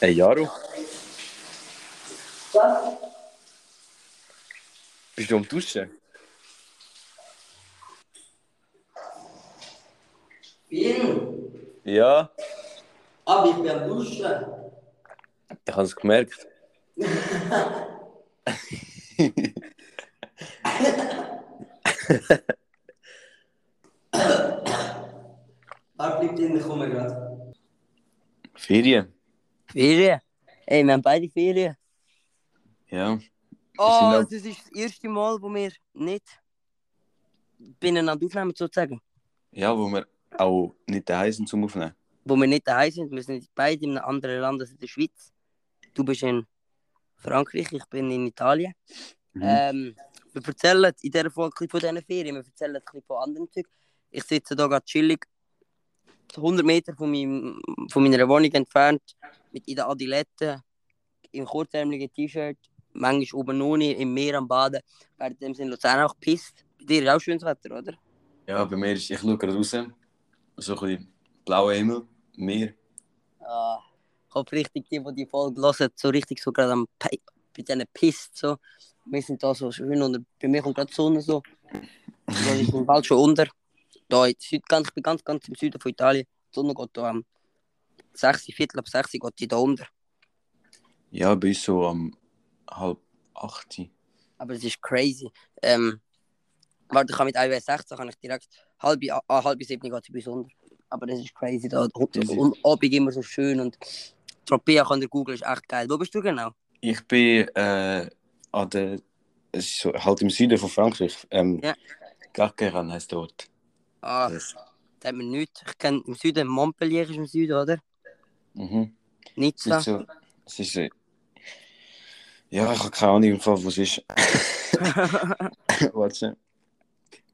Hey Jaro, Was? bist du am Duschen? Bin? Ja, Aber ich bin am Duschen. ich habe es gemerkt. Wer bleibt drin? Ich komme gerade. Ferien? Ferien? Ey, wir haben beide Ferien. Ja. Oh, am- das ist das erste Mal, wo wir nicht beieinander aufnehmen, sozusagen. Ja, wo wir auch nicht daheim sind zum Aufnehmen. Wo wir nicht daheim sind. Wir sind beide in einem anderen Land als in der Schweiz. Du bist in Frankreich, ich bin in Italien. Ähm, wir erzählen in dieser Folge ein bisschen von diesen Ferien, wir erzählen ein bisschen von anderen Zeug. Ich sitze hier gerade chillig, 100 Meter von, meinem, von meiner Wohnung entfernt, mit in der Adilette, im kurzärmeligen T-Shirt, manchmal oben ohne, im Meer am Baden. Während dem sind Luzern auch gepisst. Bei dir ist auch schönes Wetter, oder? Ja, bei mir ist, ich schaue gerade raus, so ein bisschen blauer Himmel, Meer. Ah, ich hoffe richtig, die, die die Folge hören, so richtig so gerade am Pe- bei diesen Pist. So. Wir sind da so schön und bei mir kommt gerade die Sonne so. Also, Da ist im Wald schon unter. Da in Süd, ganz, ich bin ganz, ganz im Süden von Italien. Die Sonne geht da am 6, Viertel ab 6 geht die da unter. Ja, bei uns so am halb acht. Aber es ist crazy. Ähm, warte, ich kann mit iOS 16 kann ich direkt halbe, ah, halbe 7 geht sie bei uns unter. Aber das ist crazy. Da und, Easy. und Abend immer so schön und Tropea kann der Google ist echt geil. Wo bist du genau? Ich bin äh, an der, es ist so, halt im Süden von Frankreich. Ähm, Ja. Gacaran heisst der Ort. Ah, Das- Da hat man nichts. Ich kenne im Süden, Montpellier ist im Süden, oder? Mhm. Es Nizza. ist so, es ist, äh, ja, ich habe keine Ahnung, im Fall, wo es ist. Warte, schnell.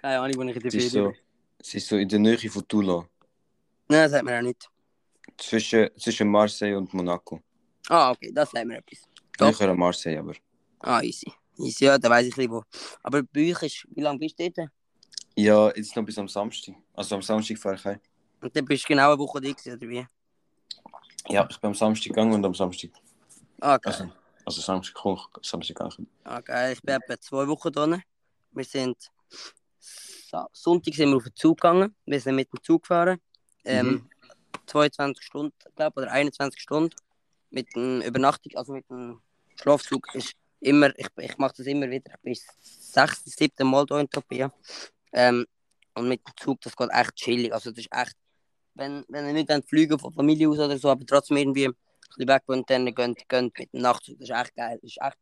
Keine Ahnung, wo ich in der es ist, Ferien so, bin. es ist so in der Nähe von Toulon, Nein, das sagt man auch nicht. zwischen, zwischen Marseille und Monaco. Ah, okay, das sagt mir etwas. Doch. Näher an Marseille, aber Ah, easy. Easy, ja, da weiß ich ein bisschen wo. Aber bei euch ist, wie lange bist du dort? ja, jetzt noch bis am Samstag. Also am Samstag fahre ich heim. Und dann bist du genau eine Woche da, gewesen, oder wie? Ja, ich bin am Samstag gegangen und am Samstag, Ah, geil. also, also Samstag hoch, Samstag gegangen. Ah, geil. Ich bin etwa zwei Wochen da. Wir sind. Sa- Sonntag sind wir auf den Zug gegangen. Wir sind mit dem Zug gefahren. Mhm. Ähm, 22 Stunden, glaube oder 21 Stunden. Mit dem Übernachtung, also mit dem Schlafzug ist immer, ich, ich mache das immer wieder. Ich bin das sechste, siebte Mal hier in Topia. Ähm, und mit dem Zug, das geht echt chillig. Also das ist echt, wenn, wenn ihr nicht wollt, fliegen von Familie aus oder so, aber trotzdem irgendwie ein bisschen weg wollt, dann geht, geht mit dem Nachtzug. Das ist echt geil. Das ist echt,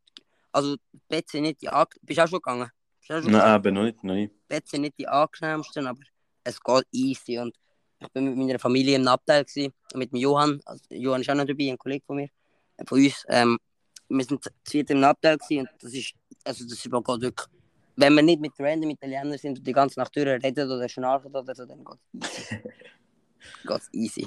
also die Bett sind nicht die Ag Bist du auch schon gegangen? Bist du auch schon Nein, eben noch nicht, noch nicht. Bett sind nicht die angenehmsten, aber es geht easy. Und ich bin mit meiner Familie im Abteil gewesen, und mit dem Johann. Also, Johann ist auch noch dabei, ein Kollege von mir, äh, von uns. Ähm, wir sind zu viert im Abteil gewesen, und das ist, also das ist wirklich. Wenn wir nicht mit random Italienern sind und die ganze Nacht durchredet oder schnarchen oder so, dann geht es geht's easy.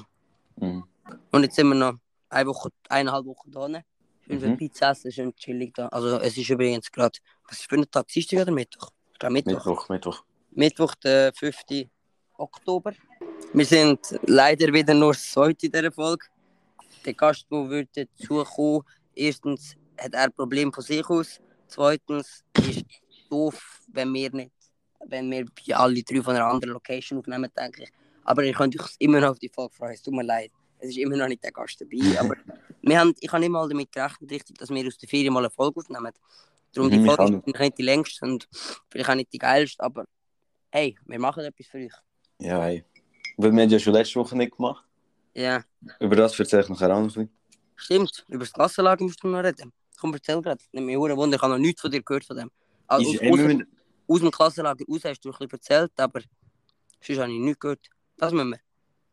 Mhm. Und jetzt sind wir noch eine Woche, eineinhalb Wochen da. hinten. Schön für Mhm. Pizza essen, schön chillig da. Also es ist übrigens gerade, was ist für ein Tag, Dienstag oder Mittwoch? Ich glaube Mittwoch. Mittwoch, Mittwoch. Mittwoch, der 5. Oktober. Wir sind leider wieder nur das zweite in dieser Folge. Der Gast, der würde dazukommen, erstens hat er ein Problem von sich aus. Zweitens ist es doof, wenn wir nicht, wenn wir bei alle drei von einer anderen Location aufnehmen, denke ich. Aber ihr könnt euch immer noch auf die Folge freuen. Es tut mir leid. Es ist immer noch nicht der Gast dabei. Aber wir haben, ich habe nicht mal damit gerechnet, richtig, dass wir aus der Ferien mal eine Folge aufnehmen. Darum die Mhm, ich Folge auch ist vielleicht nicht die längste und vielleicht auch nicht die geilste, aber hey, wir machen etwas für euch. Ja, hey. Weil wir haben ja schon letzte Woche nicht gemacht. Ja, Über das erzähle ich nachher auch noch ein bisschen. stimmt. Über das Klassenlager musst du noch reden. Komm, erzähl gerade. Nimm mich hure Wunder, ich habe noch nichts von dir gehört von dem. Also, aus, Easy. Ey, wir aus, müssen- aus dem Klassenlager raus hast du ein bisschen erzählt, aber sonst habe ich nichts gehört. Das müssen wir.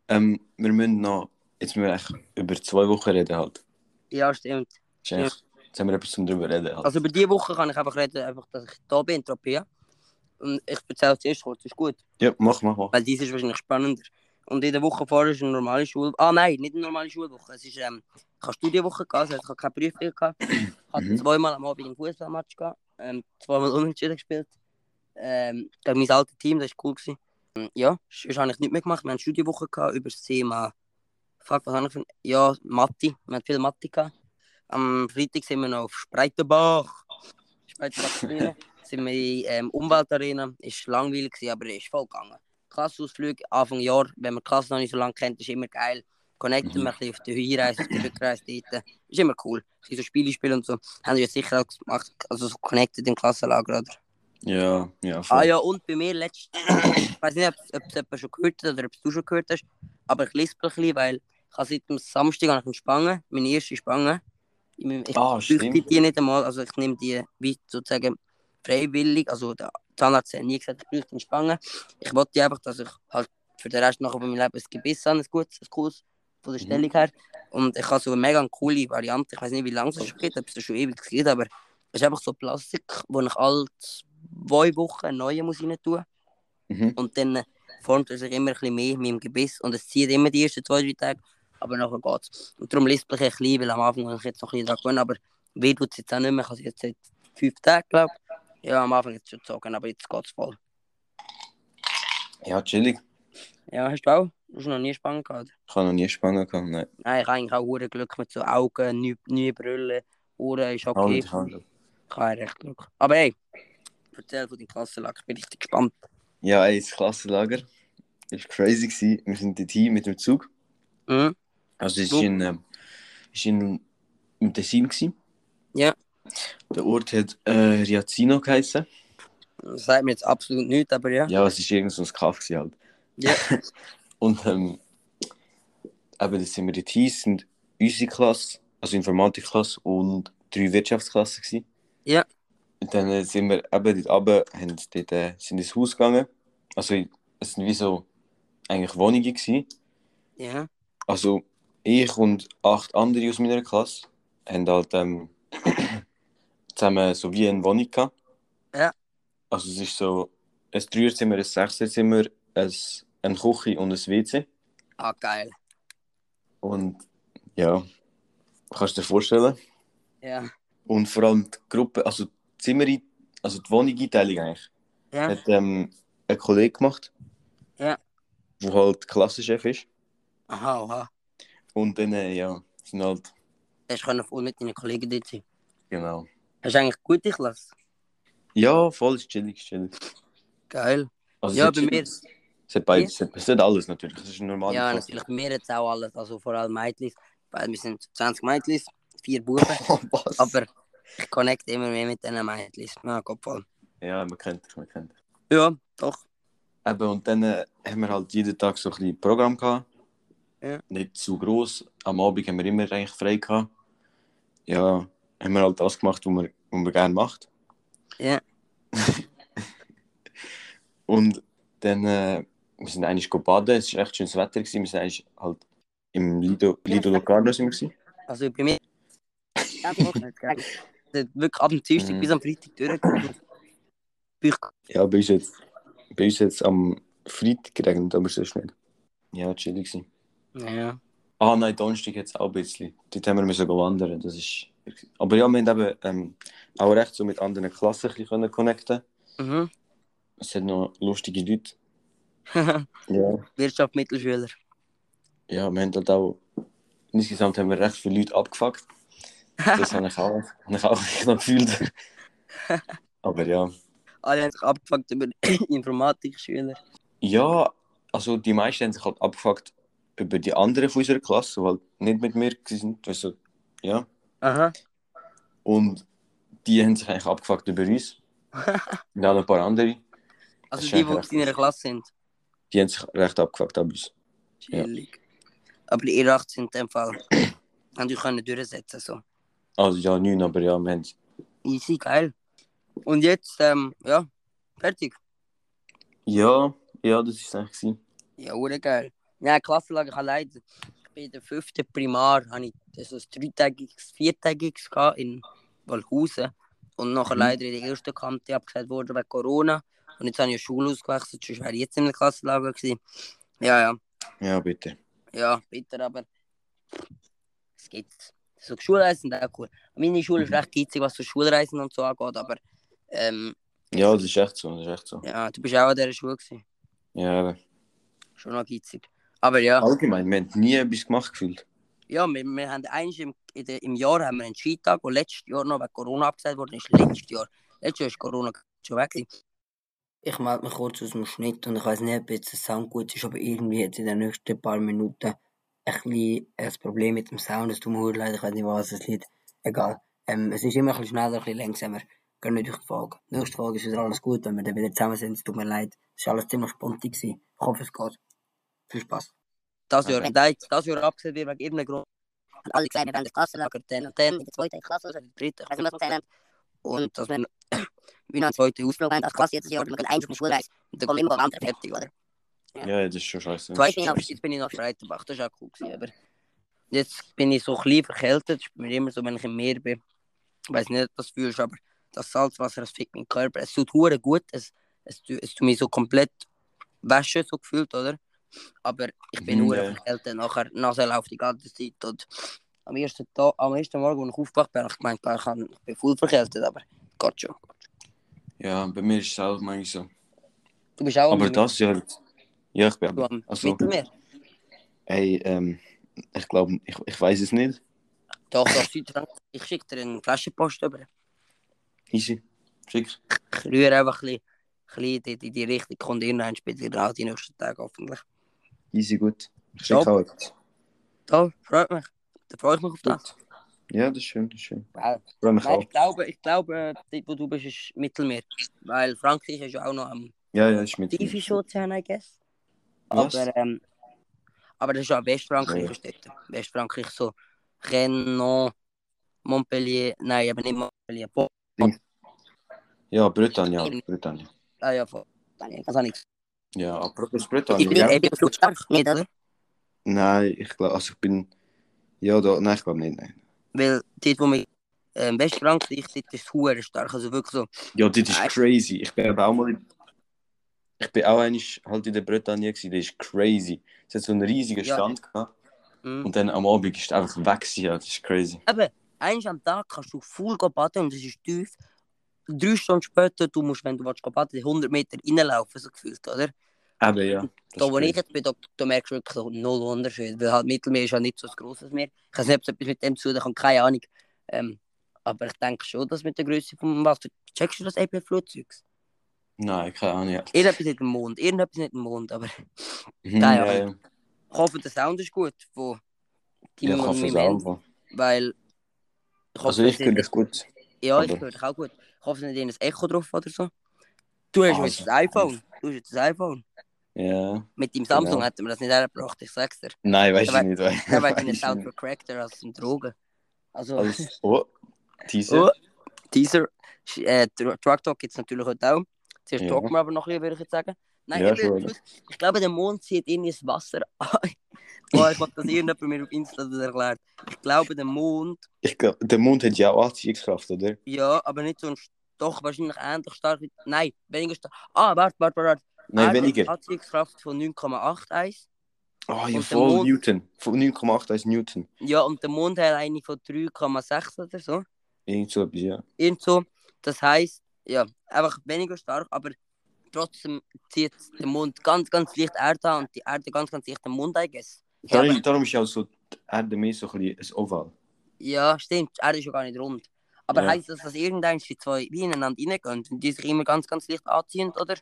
Ähm, wir müssen noch, jetzt müssen wir echt über zwei Wochen reden halt. Ja, stimmt. Ist echt- Jetzt haben wir etwas zum drüber reden halt. Also über die Woche kann ich einfach reden, einfach, dass ich da bin, Tropea. Und ich erzähle es erst kurz, ist gut. ja, mach, mach, mach. Weil dies ist wahrscheinlich spannender. Und in der Woche vorher ist eine normale Schule. Ah nein, nicht eine normale Schulwoche. Es ist ähm, ich habe Studienwoche gehabt, das heißt, ich habe keine Prüfung gehabt. Ich habe Mhm. zweimal am Abend einen Fußballmatch gehabt, ähm, zweimal unentschieden gespielt. Ähm, gegen mein altes Team, das war cool. Gewesen. Ähm, Ja, sonst habe ich nichts mehr gemacht. Wir haben Studienwoche gehabt über das Thema Fuck, was haben wir für. Ja, Matti. Wir hatten viel Matti gehabt. Am Freitag sind wir noch auf Spreitenbach. Spreitenbach spielen. sind wir in ähm, Umweltarena. Ist langweilig, gewesen, aber ist voll gegangen. Klassenausflüge Anfang Jahr, wenn man die Klasse noch nicht so lange kennt, ist immer geil. Connecten wir ein bisschen auf der Hinreise, auf der Rückreise dort. Ist immer cool. Ein bisschen so Spiele spielen und so. Haben wir ja sicher auch gemacht. Also so connected im Klassenlager, oder? Ja, ja, voll. Ah ja, und bei mir letztes. ich weiß nicht, ob es jemand schon gehört hat oder ob du schon gehört hast, aber ich lispel ein bisschen, weil ich habe seit dem Samstag habe ich eine Spange, meine erste Spange. Ich, mein- ich Ah, bräuchte stimmt. die nicht einmal, also ich nehme die wie sozusagen freiwillig. Also der Zahnarzt hat nie gesagt, ich bräuchte eine Spange. Ich wollte einfach, dass ich halt für den Rest nachher von meinem Leben ein Gebiss habe, ein gutes, ein cooles, von der Mhm. Stellung her. Und ich habe so eine mega coole Variante. Ich weiß nicht, wie lange es schon geht, ob es schon ewig geht, aber es ist einfach so Plastik, wo ich alle zwei Wochen eine neue muss rein tun. Mhm. Und dann äh, formt er sich immer ein bisschen mehr mit dem Gebiss und es zieht immer die ersten zwei, drei Tage, aber nachher geht es. Und darum lispel ich ein bisschen, weil am Anfang habe ich jetzt noch ein bisschen dran gewöhnt, aber weh tut es jetzt auch nicht mehr. Ich habe es jetzt seit fünf Tagen, glaube ich. Ja, am Anfang hat es schon gezogen, aber jetzt geht es voll. Ja, chillig. Ja, hast du auch? Hast du noch nie Spangen gehabt? Ich habe noch nie Spangen gehabt. Nein. Nein, ich habe eigentlich auch hure Glück mit so Augen, neue, neue Brille, Ohren, ist Hand okay. in Hand. Ich habe recht Glück. Aber hey, erzähl von deinem Klassenlager, ich bin richtig gespannt. Ja, ey, das Klassenlager. Ist crazy gewesen. Wir sind dorthin mit dem Zug. Mhm. Also, es Wo? war in, ähm, ist in, im Tessin. Gewesen. Ja. Der Ort hat äh, Riazzino geheißen. Das sagt mir jetzt absolut nichts, aber ja. Ja, es war irgend so ein Kaff gewesen halt. Ja. Und ähm, eben, das sind wir dorthin, es sind unsere Klasse, also Informatikklasse und drei Wirtschaftsklassen gewesen. Ja. Und dann äh, sind wir eben dort runter, haben dort, äh, sind ins Haus gegangen. Also, es sind wie so eigentlich Wohnungen gewesen. Ja. Also, ich und acht andere aus meiner Klasse haben halt ähm, zusammen so wie eine Wohnung gehabt. Ja. Also, es ist so ein Dreierzimmer, ein Sechserzimmer, ein, eine Küche und ein WC. Ah, geil. Und ja, kannst du dir vorstellen. Ja. Und vor allem die Gruppe, also die Zimmer, also die Wohnungseinteilung eigentlich, Ja. hat ähm, ein Kollege gemacht, Ja. wo halt Klassenchef ist. Aha, aha. Und dann, äh, ja, sind halt, Hast du voll mit deinen Kollegen dort sein genau. Hast du eigentlich gute Klasse? Ja, voll ist chillig, ist chillig. Geil. Also, Ja, es hat bei chillig- mir- Es hat beides, es hat alles natürlich, es ist ein normaler ja, Klasse. natürlich. Mir jetzt auch alles. Also vor allem Mädchen. Weil wir sind 20 Mädchen, vier Buben. Oh, was? aber ich connecte immer mehr mit diesen Mädchen. Ja, Gott voll. Ja, man kennt dich, man kennt dich. Ja, doch. Eben, und dann äh, haben wir halt jeden Tag so ein bisschen Programm gehabt. Ja. Nicht zu gross. Am Abend haben wir immer eigentlich frei gehabt. Ja, haben wir halt das gemacht, was man, was man gerne macht. Ja. und dann, äh, wir sind eigentlich baden, es war echt schönes Wetter. Gewesen. Wir sind eigentlich halt im Lido, Lido Locarno sind wir gewesen. Also bei mir. Ja, doch, nicht, gell. Das hat wirklich ab dem Dienstag Mhm. bis am Freitag durchgekommen. Ich Ja, bei uns jetzt, bei uns jetzt am Freitag geregnet, aber sonst nicht. Ja, chillig gewesen. Ja. Ah nein, Donnerstag jetzt auch ein bisschen. Dort haben wir müssen go wandern. Das ist... Aber ja, wir haben eben ähm, auch recht so mit anderen Klassen ein bisschen können connecten. Mhm. Es sind noch lustige Leute. Ja. Wirtschaft Mittelschüler. Ja, wir haben halt auch... Insgesamt haben wir recht viele Leute abgefuckt. Das habe ich auch, habe ich auch noch gefühlt. Aber ja. Alle haben sich abgefuckt über Informatikschüler. Ja, also die meisten haben sich halt abgefuckt über die anderen von unserer Klasse, die halt nicht mit mir waren. Also, ja. Aha. Und die haben sich eigentlich abgefuckt über uns. Und auch noch ein paar andere. Also ist die, die eigentlich recht in ihrer lustig. Klasse sind. Die haben sich recht abgefuckt an uns. Ja. Chillig. Aber ihr acht sind in dem Fall. Und ich können durchsetzen. So. Also ja, neun, aber ja, wir haben Easy, geil. Und jetzt, ähm, ja, fertig. Ja, ja, das ist eigentlich. gewesen. Ja, hure geil. Nein, Klassenlager kann leiden. Ich bin in der fünften Primar, habe ich so ein dreitägiges, viertägiges gehabt in Walhausen. Und nachher Mhm. leider in der ersten Kante abgesagt worden wegen Corona. Und jetzt habe ich eine Schule ausgewechselt, sonst wäre ich jetzt in einem Klassenlager gewesen. Ja, ja. Ja, bitte. Ja, bitter, aber es geht. So Schulreisen sind auch cool. Meine Schule ist Mhm. recht geizig, was so Schulreisen und so angeht, aber ähm, Ja, das ist echt so, das ist echt so. ja, du bist auch an dieser Schule gewesen. Ja, eben. Schon noch geizig. Aber ja, Allgemein, wir haben nie etwas gemacht gefühlt. ja wir, wir haben eins im, in der, im Jahr haben wir einen Skitag, der letztes Jahr noch wegen Corona abgesagt worden ist. Letztes Jahr. Letztes Jahr ist Corona schon weg. gewesen. Ich melde mich kurz aus dem Schnitt und ich weiß nicht, ob jetzt der Sound gut ist, aber irgendwie jetzt in den nächsten paar Minuten ein bisschen ein Problem mit dem Sound. Es tut mir leid, ich weiß nicht, was es liegt. Egal. Ähm, es ist immer ein bisschen schneller, ein bisschen langsamer. Gehen nicht durch die Folge. Nächste Folge ist wieder alles gut, wenn wir dann wieder zusammen sind. Es tut mir leid. Es war alles ziemlich spontan. gewesen. Ich hoffe, es geht. Viel Spaß. Das Jahr, nein, das Jahr abgesehen wird wegen irgendeinem Grund. Und alle gesagt, wir wollen das Klassenlager Dann und in dann, der zweiten Klasse oder in dritte, der dritten, ich weiß nicht, was wir gesagt haben. Und dass wir wie nou eine zweite Ausbildung haben, Wenn das als Klasse jetzt Jahr, Jahr, wir wir gehen gehen eins eigentlich auf den auf Schulreis. und dann kommen immer am anderen fertig, oder? Ja, das ist schon scheiße. Zwei bin ich nach, jetzt bin ich nach Freitenbach, das war auch cool. Gewesen, aber jetzt bin ich so ein bisschen verkältet, das ist mir immer so, wenn ich im Meer bin. Ich weiß nicht, ob du das fühlst, aber das Salzwasser, das fickt meinen Körper. Es tut hure gut, es, es, tu- es tut mich so komplett waschen, so gefühlt, oder? Aber ich bin Mhm, hure ja. verkältet, nachher die Nase läuft die ganze Zeit. Und am ersten, Tag, am ersten Morgen, als ich aufgewacht bin, habe ich gemeint, ich kann- ich bin voll verkältet, aber geht schon. Ja, bei mir ist es auch manchmal so. Du bist auch Aber am, das ja. Ja, ich bin. du am also- Mittelmeer. Hey, ähm, ich glaube, ich, ich weiß es nicht. Doch, doch, Südfrankreich. Ich schicke dir eine Flaschenpost über. Easy. Schick. Ich rühre einfach ein bisschen in die, die, die Richtung und irgendwann später auch die nächsten Tage hoffentlich. Easy, gut. Ich Ja. schick auch etwas. Da freut mich. Da freue ich mich auf das. Ja, das ist schön, das ist schön. Wow. Freue mich Nein, auch. ich glaube, ich glaube, dort wo du bist, ist Mittelmeer. Weil Frankreich ist ja auch noch am Ja, ja, ist mit. tiefischen Ozean, I guess. Was? Aber, ähm, aber das ist ja Westfrankreich. Ja. Ist dort. Westfrankreich so Rennes, Montpellier. Nein, aber nicht Montpellier. Bo Ja, Bretagne, ja, Bretagne. ah ja, von, das habe ich gesagt. Ja, apropos Ich Bretagne. bin Ja. ich bin flugscharf, nicht, oder? Nein, ich glaube, also ich bin. Ja, da, nein, ich glaube nicht, nein. Weil dort, wo wir ähm, Westfrankreich sind, ist es hure stark. Also wirklich so. Ja, das ist Nein. crazy. Ich bin aber auch mal. in- Ich bin auch eigentlich halt in der Bretagne gewesen, das ist crazy. Es hat so einen riesigen Ja. Stand gehabt Mhm. und dann am Abend ist es einfach weg gewesen, ja, das ist crazy. Eben, eins am Tag kannst du voll go baden und es ist tief. Drei Stunden später, du musst, wenn du willst, go baden, die 100 Meter reinlaufen, so gefühlt, oder? Aber ja. das Da, ist wo ich crazy. jetzt bin, da, da merkst du wirklich so null Unterschied, weil halt Mittelmeer ist ja nicht so ein grosses Meer. Ich weiß nicht, ob es etwas mit dem zu tun hat, ich habe keine Ahnung. Ähm, aber ich denke schon, dass mit der Größe vom Wasser... Checkst du das eben Flugzeugs? Nein, keine Ahnung. Ja. Irgendetwas nicht im Mond, irgendetwas nicht im Mond, aber... Mhm, Keine ja, ja. Ich hoffe, der Sound ist gut von Ja, ich und hoffe es meinem Handy, auch. weil ich Also dass ich finde es gut. Ja, ich aber- höre dich auch gut. Ich hoffe, dass nicht ein Echo drauf oder so. Du hast jetzt Also, das iPhone. Du hast jetzt das iPhone. Ja. Mit dem Genau. Samsung hätten wir das nicht hergebracht, ich sag's dir. Nein, weiß Aber- ich nicht. Weiss Er war dein ich Sound nicht. Recorder als ein Drogen. Also, Also, oh, Teaser. oh, dieser äh, Dr- Drug Talk gibt's natürlich heute auch. Zuerst Ja. talken wir aber noch ein bisschen, würde ich jetzt sagen. Nein, Ja, eben, schon, oder? ich glaube, der Mond zieht irgendwie das Wasser an. Boah, ich wollte das irgendjemand mir auf Insta das erklärt. Ich glaube, der Mond Ich glaube, der Mond hat ja auch Anziehungskraft, oder? Ja, aber nicht so ein. St- Doch, wahrscheinlich ähnlich stark wie. Nein, weniger stark. Ah, warte, warte, warte. Nein, Erde weniger. hat Anziehungskraft von 9,81. Ah, ja, Und der voll Mond- Newton. Von 9,8 ist Newton. Ja, und der Mond hat eine von 3,6 oder so. Irgend so etwas, ja. Irgend so. Das heisst, ja, einfach weniger stark, aber trotzdem zieht der Mond ganz, ganz leicht Erde an und die Erde ganz, ganz leicht den Mond eingegessen. Darum, darum ist ja auch so die Erde mehr so ein, bisschen ein Oval. Ja, stimmt, die Erde ist ja gar nicht rund. Aber Ja. heisst das, dass irgendein die zwei wie ineinander reingehen und die sich immer ganz, ganz leicht anziehen, oder?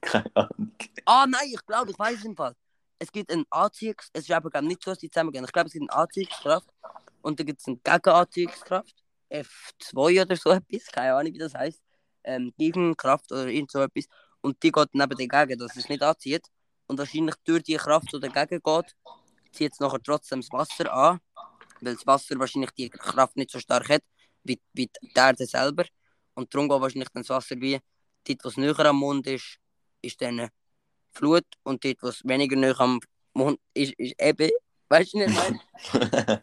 Keine Ahnung. Ah, nein, ich glaube, ich weiß es im Fall. Es gibt einen Anziehungs... Es ist aber glaub, nicht so, dass die zusammengehen. Ich glaube, es gibt eine Anziehungskraft und dann gibt es eine Gegenanziehungskraft. F2 oder so etwas. Keine Ahnung, wie das heißt. Ähm, Gegenkraft oder irgend so etwas. Und die geht neben dagegen, dass es nicht anzieht. Und wahrscheinlich durch die Kraft, die dagegen geht, zieht es nachher trotzdem das Wasser an. Weil das Wasser wahrscheinlich die Kraft nicht so stark hat, wie, wie die Erde selber. Und darum geht wahrscheinlich dann das Wasser wie... Dort, was näher am Mond ist, ist dann... Flut und dort, was weniger näher am Mond ist, ist eben. Weißt du nicht, nein?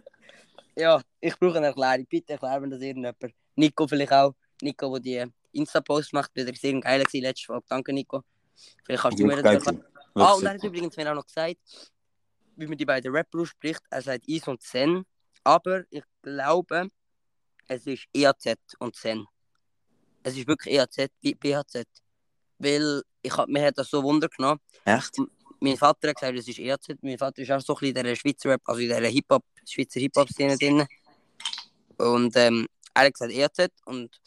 ja, ich brauche eine Erklärung. Bitte erklär mir das irgendjemand. Nico vielleicht auch. Nico, der die Insta-Post macht, wieder sehr geil gewesen, letzte Folge. Danke, Nico. Vielleicht kannst du mir das erklären. Ah, und er hat übrigens mir auch noch gesagt, wie man die beiden Rapper ausspricht. Er sagt Is und Zen. Aber ich glaube, es ist EAZ und Zen. Es E ist wirklich EAZ, wie BHZ. Weil ich hab, mir hat das so Wunder genommen. Echt? mein Vater hat gesagt, das ist EAZ. Mein Vater ist auch so ein bisschen in dieser Schweizer Rap, also in dieser Hip-Hop, Schweizer Hip-Hop-Szene drin. Und ähm, er hat gesagt EAZ. Und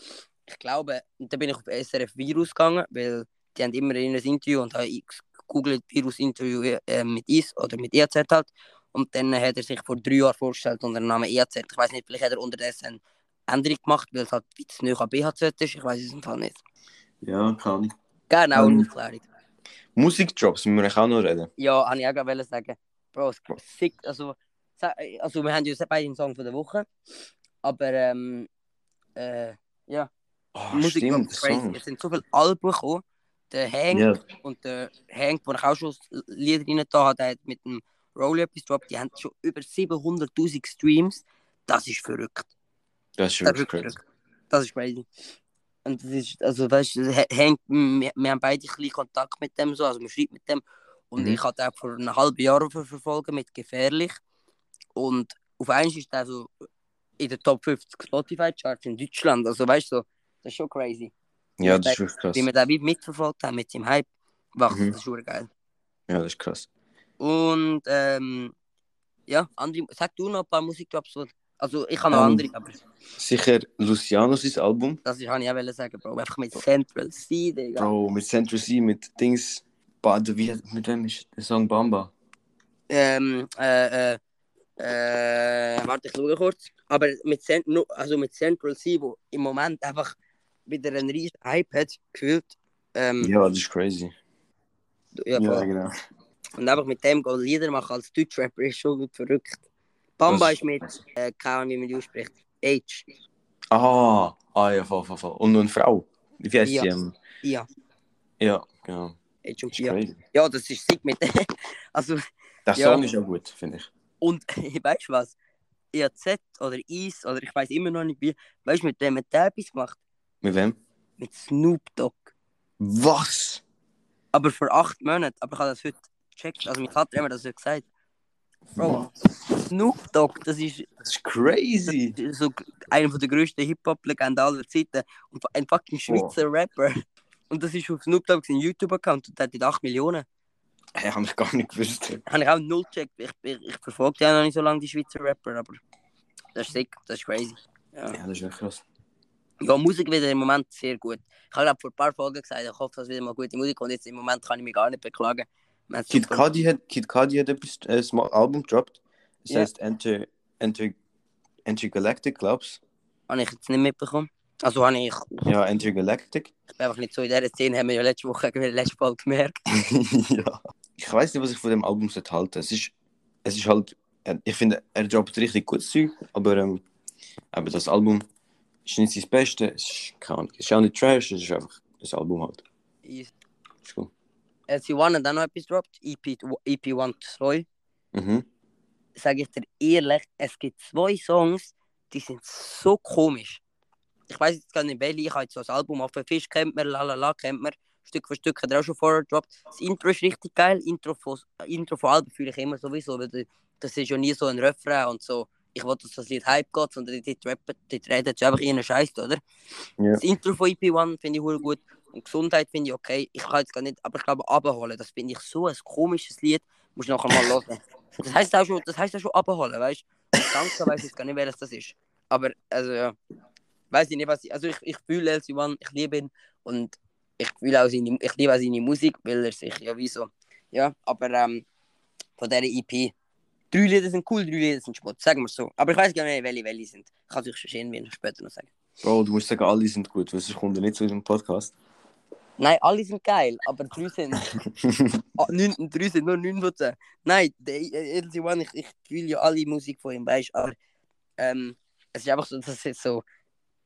ich glaube, da bin ich auf SRF Virus gegangen, weil die haben immer ein Interview und habe ich gegoogelt Virus-Interview äh, mit IS oder mit EAZ halt. Und dann hat er sich vor drei Jahren vorgestellt unter dem Namen EAZ. Ich weiß nicht, vielleicht hat er unterdessen eine Änderung gemacht, weil es halt ein bisschen näher an BHZ ist. Ich weiß es im Fall nicht. Ja, keine Ahnung. Genau, Ähm. eine Aufklärung. Musikjobs müssen wir eigentlich auch noch reden. Ja, habe ich auch gerade sagen. Bro, es gibt sick. Also, sa- also wir haben ja beide einen Song von der Woche. Aber ähm, äh, Ah, Musik stimmt, stimmt, der crazy. Song. Es sind so viele Alben gekommen. Der Hank Ja, und der Hank, wo ich auch schon Lieder rein da hat, der hat mit dem Roll etwas gedroppt. Die haben schon über 700.000 Streams. Das ist verrückt. das ist Das wirklich ist crazy. verrückt. Das ist crazy. Und das ist, also weißt du, H- Hank, wir, wir haben beide ein bisschen Kontakt mit dem so, also man schreibt mit dem. Und Mhm. ich hatte auch vor einem halben Jahr ver verfolgen mit Gefährlich. Und auf einmal ist er so in der Top 50 Spotify-Charts in Deutschland. Also weißt du, so, das ist schon crazy. Ja, das ist wirklich krass. Wie wir da wie mitverfolgt haben mit seinem Hype, wach, Mhm. das ist schon geil. Ja, das ist krass. Und ähm, ja, andere, sag du noch ein paar Musikjobs, wo- also ich habe noch Ähm. andere, aber Sicher Luciano sein Album. das ist, habe ich auch wollen sagen, Bro, einfach mit Central C, Digga. Bro, mit Central C, mit Dings. Bad, wie, mit wem ist der Song Bamba? Ähm, äh, äh, äh, warte, ich schaue kurz. Aber mit, Cent no- also mit Central C, wo im Moment einfach wieder ein riesen Hype hat, gefühlt. Ähm, Ja, das ist crazy. ja. voll. genau. Und einfach mit dem gehen Lieder machen als Deutschrapper ist schon verrückt. Bamba Das ist mit, äh, keine Ahnung, wie man die ausspricht. H. Ah, ah ja, voll, voll, voll. Und noch eine Frau. Wie heißt Ja. die? Ähm, Pia. ja, genau. H und Das ist Pia. crazy. dus Ja, das ist sick mit Also, Der Ja. Song ist auch gut, finde ich. und weißt du was? IAZ oder Eis oder ich weiß immer noch nicht wie. Weißt du, mit dem hat der etwas gemacht? Mit wem? Mit Snoop Dogg. Was? Aber vor acht Monaten. Aber ich habe das heute gecheckt. Also mein Vater hat mir das heute gesagt. Bro, Snoop Dogg, das ist Das ist crazy. so einer von der größten Hip-Hop-Legenden aller Zeiten. Und ein fucking Schweizer Rapper. Und das ist auf Snoop Dogg sein YouTube-Account und der hat dort 8 Millionen. Ich habe mich gar nicht gewusst. Habe ich auch null gecheckt. Ich, ich, ich verfolge ja noch nicht so lange die Schweizer Rapper, aber das ist sick, das ist crazy. Ja. Ja, das ist wirklich krass. Ja, Musik wieder im Moment sehr gut. Ich habe gerade vor ein paar Folgen gesagt, ich hoffe, dass wieder mal gute Musik kommt. Jetzt im Moment kann ich mich gar nicht beklagen. Man hat Kid super- Cudi hat, Kid Cudi hat etwas, äh, ein Album gedroppt. Es Ja. heißt Enter, Enter, Enter Galactic, glaubst Habe ich jetzt nicht mitbekommen. Also habe ich, Ja, Enter Galactic. ich bin einfach nicht so in dieser Szene, haben wir ja letzte Woche, in der letzten Folge gemerkt. ja. Ich weiß nicht, was ich von dem Album sollte halten. Es ist, es ist halt, äh, ich finde, er droppt richtig gutes Zeug, aber, ähm, aber das Album ist nicht das Beste. Es ist, keine Ahnung, es ist auch nicht Trash, es ist einfach das Album halt. Ist cool. LC1 hat dann noch etwas gedroppt, EP, EP1 2. Mhm. Sage ich dir ehrlich, es gibt zwei Songs, die sind so komisch. Ich weiß jetzt gar nicht, welche. Ich habe jetzt so ein Album auf Fisch, kennt man, lalala, kennt man. Stück für Stück hat er auch schon vorher gedroppt. Das Intro ist richtig geil. Intro von, äh, Intro von Alben fühle ich immer sowieso, weil das ist ja nie so ein Refrain und so. Ich wollte, dass das Lied Hype geht, sondern die, die, rappen, die reden jetzt einfach ihren Scheiß, oder? Ja. Das Intro von EP1 finde ich hure gut. Und Gesundheit finde ich okay. Ich kann jetzt gar nicht, aber ich glaube, abholen, das finde ich so ein komisches Lied. Muss nachher mal hören. Das heisst auch schon, das heisst auch schon abholen, weißt du? Danke, weiß ich gar nicht, welches das ist. Aber, also ja. Weiß ich nicht, was ich. Also ich, ich fühle LC One, ich liebe ihn. Und ich fühle auch seine, ich liebe auch seine Musik, weil er sich ja wieso. Ja, aber ähm, von dieser EP. Drei Lieder sind cool, drei Lieder sind Spott, sagen wir so. Aber ich weiß gar nicht, welche welche sind. Ich kann es euch schon später noch sagen. Bro, du musst sagen, alle sind gut, weil sonst kommt er nicht zu dem Podcast. Nein, alle sind geil, aber drei sind. ah, neun, drei sind nur 9 von 10. Nein, der äh, LC One, ich, ich fühle ja alle Musik von ihm, weißt du? Aber ähm, es ist einfach so, dass es so.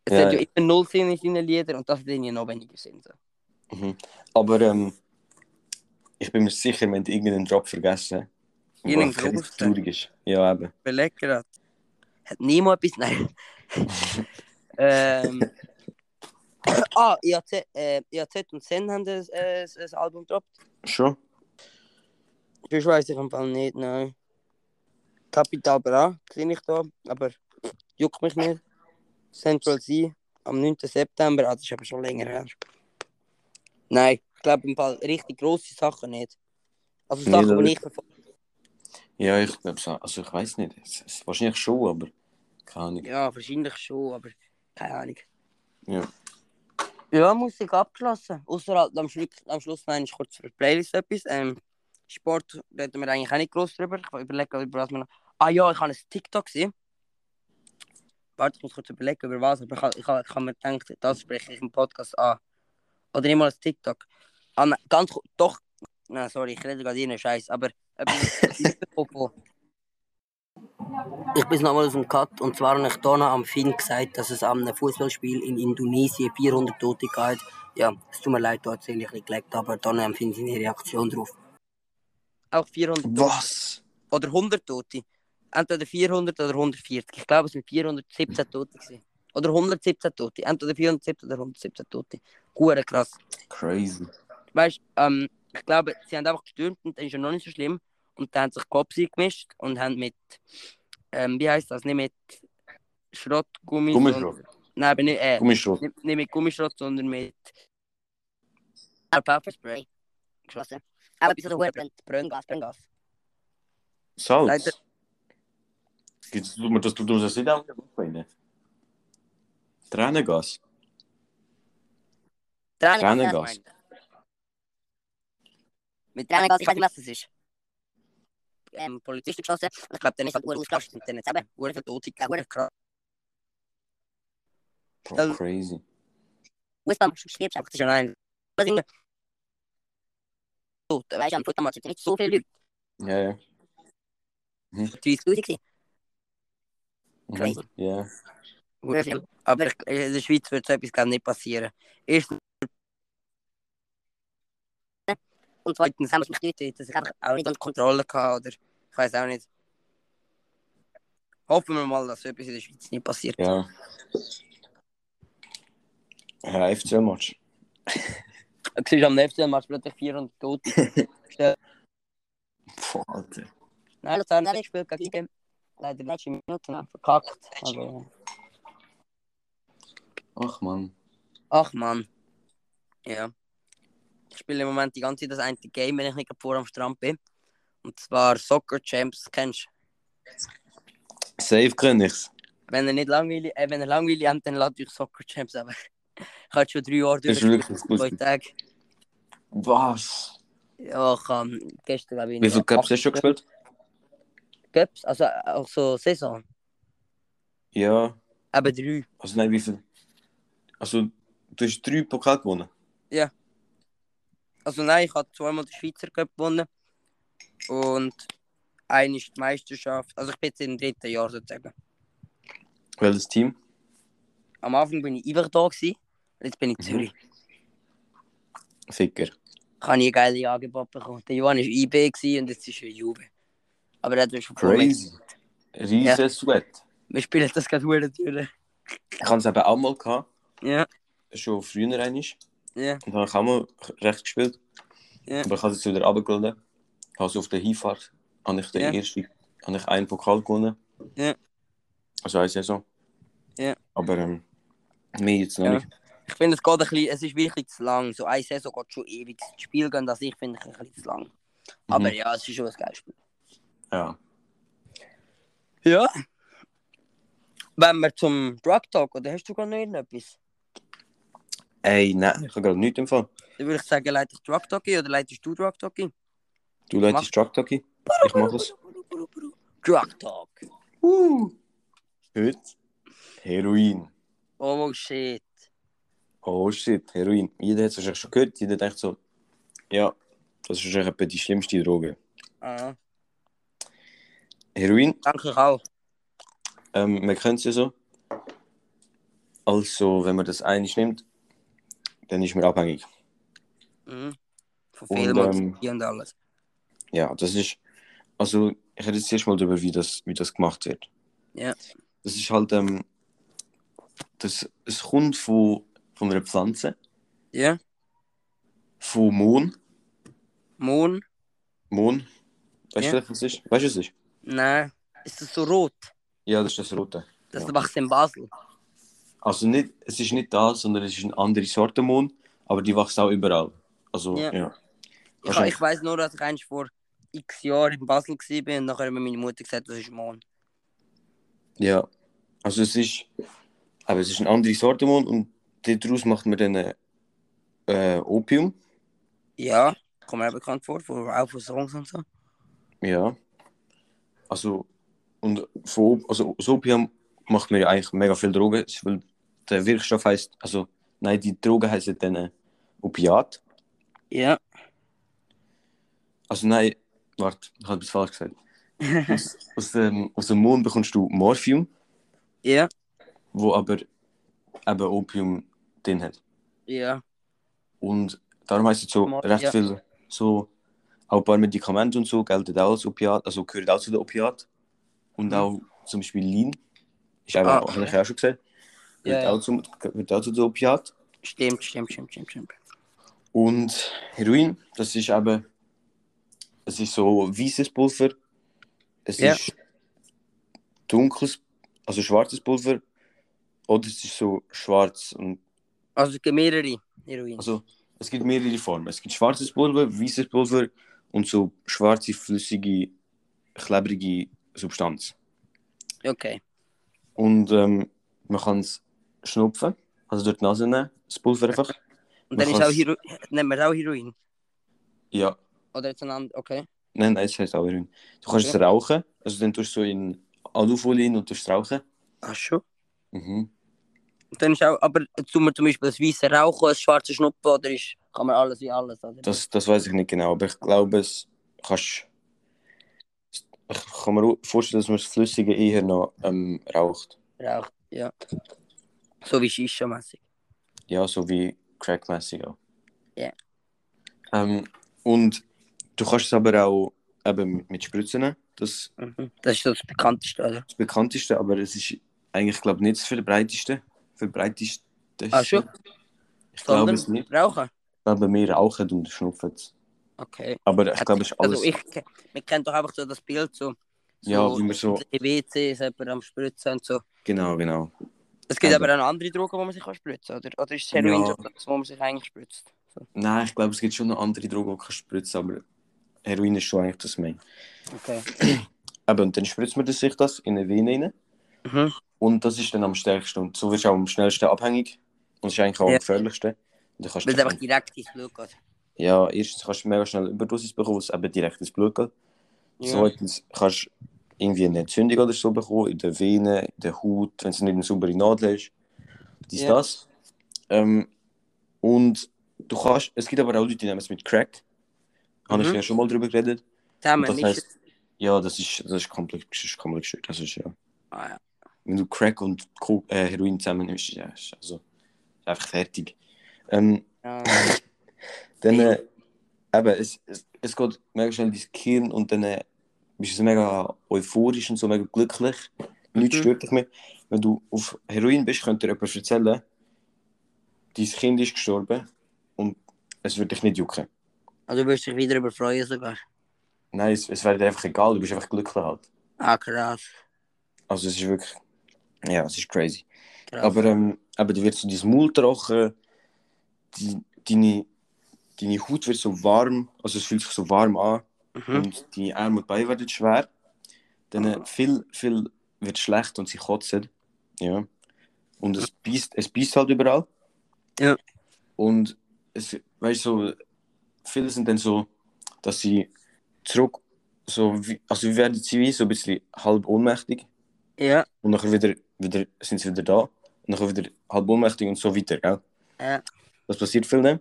Es Ja, hat ja, ja. immer null Sinn in seinen Liedern und das sind ja noch weniger Sinn. So. Aber ähm, ich bin mir sicher, wir haben irgendeinen Job vergessen. Irgendeinen Was richtig grossen. traurig ist. Ja, eben. Beleg gerade. Hat niemand etwas? Nein. ähm. ah, IAZ, äh, IAZ und Zen haben ein, äh, ein Album gedroppt. Schon? Ich weiß ich im Fall nicht, nein. Capital Bra sehe ich da, aber juckt mich nicht. Central C am 9. September, ah, das ist aber schon länger her. Nein, ich glaube im Fall richtig grosse Sachen nicht. Also Nee, Sachen, dat- die ich verfolge. Ja, ich glaube so. Also ich weiß nicht. Es, es, wahrscheinlich schon, aber keine Ahnung. Ja, wahrscheinlich schon, aber keine Ahnung. Ja. Ja, Musik abgelassen. Außer halt am, Schluss, am Schluss noch einmal kurz für die Playlist etwas. Ähm, Sport reden wir eigentlich auch nicht groß drüber. Ich überlege, über was wir noch. Ah ja, ich habe ein TikTok gesehen. Warte, ich muss kurz überlegen, über was. Aber ich habe- ich habe ich habe mir gedacht, das spreche ich im Podcast an. Oder nicht mal ein TikTok. Ah, nein, ganz kurz. Doch. Nein, sorry, ich rede gerade rein, Scheiß. Aber etwas mitbekommen. Ich bin nochmal aus dem Cut und zwar habe ich hier noch am Finn gesagt, dass es am Fußballspiel in Indonesien 400 Tote gab. Ja, es tut mir leid, da hat es eigentlich nicht gelegt, aber dann am Finn seine Reaktion drauf. Auch 400 Was? oder 100 Tote. Entweder 400 oder 140. Ich glaube, es waren 417 Tote. gewesen. Oder 117 Tote. Entweder 417 oder 117 Tote. Hure krass. Crazy. Weißt du, ähm, ich glaube, sie haben einfach gestürmt und das ist ja noch nicht so schlimm. Und dann haben sich Kopsi gemischt und haben mit, ähm, wie heißt das, nicht mit Schrottgummi. Gummischrott. sondern- Nein, aber nicht, äh, Gummischrott. nicht, nicht mit Gummischrott, sondern mit Pfefferspray. Geschossen. Aber etwas, das verdammt brennt. Brenngas, Brenngas. Salz. Leider- Gibt's, du, das tut uns das nicht auch rein. ne? Tränengas. Tränengas. Mit Tränengas, ich weiß nicht, was es ist. Ähm, Ähm, Polizist. Ist geschossen. Ich glaube, dann ist Hat halt Uhr ausgerastet mit denen zusammen. Uhr für Tote, Uhr krass. Bro, Also- crazy. Fußball stirbst einfach. Das ist ja nein. Das Mhm. ist Tote, weißt weißt du, am Fußballmatch sind nicht so viele Leute. Ja, ja. du, 30.000 gewesen. Mhm. Crazy. Ja. Wirklich. Aber ich- in der Schweiz wird so etwas glaub, nicht passieren. Erstens Und zwar, zweitens haben wir mich nicht, dass ich einfach auch nicht unter Kontrolle hatte. Oder ich weiß auch nicht. Hoffen wir mal, dass so etwas in der Schweiz nicht passiert. Ja. Ja, FCL-Match. Du siehst am nächsten Mal plötzlich 400 Tote. Boah, Alter. Nein, das haben wir nicht gespielt gegen IBM. Leider letzte Minute noch verkackt. Aber, Ach, Mann. ach man. Ja. Ich spiele im Moment die ganze Zeit das eine Game, wenn ich nicht gerade vor am Strand bin. Und zwar Soccer Champs, kennst du? Safe kann ich's. Wenn er nicht langweilig, äh, wenn er langweilig habt, dann lasst euch Soccer Champs aber Ich habe schon drei Jahre Das ist durchgespielt, wirklich gut. zwei Tage. Was? Ja, ich habe gestern glaube ich. Wie viel Cups hast acht du schon gespielt? Cups, also äh, auch so Saison. Ja. Eben drei. Also, nein, wie viel? Also, du hast drei Pokal gewonnen. Also nein, ich habe zweimal den Schweizer Cup gewonnen. Und eine ist die Meisterschaft. Also ich bin jetzt im dritten Jahr sozusagen. Welches Team? Am Anfang bin ich einfach da gewesen, und jetzt bin ich in Mhm. Zürich. Ficker. Ich habe nie geile Angebote bekommen. Der Johann war IB gewesen und jetzt ist er Juve. Aber er hat mir schon Crazy. Riesen Ja. Sweat. Wir spielen das gerade verdammt durch. Ich habe es eben auch mal gehabt. Ja, schon früher einmal. ja. Und habe ich auch mal recht gespielt. Ja. Aber ich habe es wieder runtergeladen. Also auf der Hinfahrt habe ich den Ja. ersten, habe ich einen Pokal gewonnen. Ja. Also eine Saison. Ja. Aber ähm, mehr jetzt noch Ja. nicht. Ich finde, es geht ein bisschen, es ist wirklich zu lang. So eine Saison geht schon ewig. Das Spiel gehen, das ich finde, ich ein bisschen zu lang. Aber Mhm. ja, es ist schon ein geiles Spiel. Ja. Ja. Wenn wir zum Drug Talk, oder hast du gar noch irgendetwas? Ey, nein, ich habe gerade nichts im Fall. Dann würde ich sagen, leite ich Drug Talk ein oder leitest du Drug Talk ein? Du Mach- leitest Truck Talkie. Ich mache es. Drug Talk. Uh. Heute Heroin. Oh shit. Oh shit, Heroin. Jeder hat es wahrscheinlich schon gehört. Jeder denkt so, ja, das ist wahrscheinlich etwa die schlimmste Droge. Ah, Heroin danke ich auch. Ähm, man kennt es ja so. Also, wenn man das einig nimmt, dann ist man abhängig. Mhm. Von Und, Filmen und, ähm, Spielen und alles. Ja, das ist. Also, ich rede jetzt erstmal darüber, wie das, wie das gemacht wird. Ja. Das ist halt. Ähm, das, es kommt von, von einer Pflanze, Ja. von Mohn. Mohn? Mohn. Weißt Ja. du, vielleicht, was es ist? Weißt du, was es ist? Nein. Ist das so rot? Ja, das ist das Rote. Das Ja. ja. wächst in Basel. Also, nicht, es ist nicht das, sondern es ist eine andere Sorte Mohn, aber die wächst auch überall. Also, Ja. ja. Ich, ich weiss nur, dass ich eins vor x Jahren in Basel war und nachher hat mir meine Mutter gesagt, das ist Mohn. Ja. Also es ist. Aber es ist eine andere Sorte Mohn und daraus macht man dann äh, äh, Opium. Ja, kommt mir auch bekannt vor, vor auch von Songs und so. Ja. Also, und von, Op- also aus Opium macht man ja eigentlich mega viel Drogen, weil der Wirkstoff heißt, also nein, die Droge heißt dann äh, Opiat. Ja. Also nein, warte, ich habe etwas falsch gesagt. Aus, aus, dem, aus dem Mond bekommst du Morphium, Ja. wo aber eben Opium drin hat. Ja. Und darum heißt es so Mor- recht ja. viel, so auch ein paar Medikamente und so gelten auch als Opiat, also gehören auch zu den Opiat. Und auch zum Beispiel Lean, ist auch, Mhm. Ah, auch- okay. habe ich auch schon gesagt, Ja, gehört, ja. Auch, zum, gehört auch zu den Opiat. Stimmt, stimmt, stimmt, stimmt, stimmt. Und Heroin, das ist eben, es ist so weißes Pulver, es Ja. ist dunkles, also schwarzes Pulver, oder es ist so schwarz und Also es gibt mehrere Heroin. Also, es gibt mehrere Formen. Es gibt schwarzes Pulver, weißes Pulver und so schwarze, flüssige, klebrige Substanz. Okay. Und ähm, man kann es schnupfen, also durch die Nase nehmen, das Pulver einfach. Und dann Man ist auch kann's- Heroin. Nehmen wir auch Heroin. Ja, Oder jetzt ein anderes. Okay. nein, nein, es heißt auch Heroin. Du kannst Okay. es rauchen, also dann tust du so in Alufolie hin und tust es rauchen. Ach schon. Mhm. Und dann ist auch, aber tun wir zum Beispiel das weiße Rauchen, das schwarze Schnuppen oder ist, kann man alles wie alles, oder? Das, das weiß ich nicht genau, aber ich glaube, es kannst. Ich kann mir auch vorstellen, dass man das Flüssige eher noch ähm, raucht. Raucht, ja. So wie Shisha-mäßig. Ja, so wie Crackmäßig auch. Ja. Ähm, und du kannst es aber auch eben mit Spritzen, nehmen. das ist Mhm. Das ist so das bekannteste, oder? das bekannteste, aber es ist eigentlich, glaube ich, nicht das verbreiteste. verbreiteste. Ah, schon? Ich glaube es nicht. Rauchen? Ich glaube, wir rauchen und schnupfen es. Okay. Aber ich glaube, es ist alles. Also ich, man kennt doch einfach so das Bild, so, so ja, wie man so. die WC ist jemand am Spritzen und so. Genau, genau. Es gibt Aber- aber auch noch andere Drogen, die man sich kann spritzen oder? Oder ist es Heroin Ja. so das, wo man sich eigentlich spritzt? So. Nein, ich glaube, es gibt schon noch andere Drogen, die man kann spritzen aber Heroin ist schon eigentlich das Main. Okay. Aber und dann spritzt man das- sich das in eine Vene rein. Mhm. Und das ist dann am stärksten. Und so wirst du auch am schnellsten abhängig. Und das ist eigentlich auch Ja. am gefährlichsten. Und dann kannst Weil es einfach du, direkt ins Blut geht. ja, erstens kannst du mega schnell eine Überdosis bekommen, was eben direkt ins Blut geht. Ja. Zweitens kannst du irgendwie eine Entzündung oder so bekommen, in den Venen, in der Haut, wenn es nicht eine saubere Nadel ist. Dies, Ja. das. Ähm, und du kannst, es gibt aber auch Leute, die nehmen es mit Crack. Habe ich Mhm. ja schon mal drüber geredet. Und Zusammen das mischen. heisst, ja, das ist, das ist komplett, das ist komplett gestört. Das ist, ja. Ah, ja. wenn du Crack und Co äh, Heroin zusammen nimmst, ja, ist also ist einfach fertig. Ähm, Ja. dann, äh, eben, es, es, es geht mega schnell ins Gehirn und dann äh, bist du mega euphorisch und so mega glücklich. Nichts Mhm. stört dich mehr. Wenn du auf Heroin bist, könnte dir jemand erzählen, dein Kind ist gestorben und es würde dich nicht jucken. Also du wirst dich wieder überfreuen sogar. Nein, es, es wäre dir einfach egal, du bist einfach glücklich halt. Ah, krass. Also es ist wirklich, ja, es ist crazy. krass. Aber, ähm, aber du wirst so dein Maul trocken, die, deine, deine Haut wird so warm, also es fühlt sich so warm an mhm. und deine Arme und Beine werden schwer. Dann äh, viel, viel wird schlecht und sie kotzen. Ja. Und es beißt, es beißt halt überall. Ja. Und es, weißt du, so, viele sind dann so, dass sie zurück, so wie, also wir werden sie wie so ein bisschen halb ohnmächtig. Ja, Und nachher wieder, wieder sind sie wieder da. Und nachher wieder halb ohnmächtig und so weiter. Gell? ja. Das passiert viel nicht.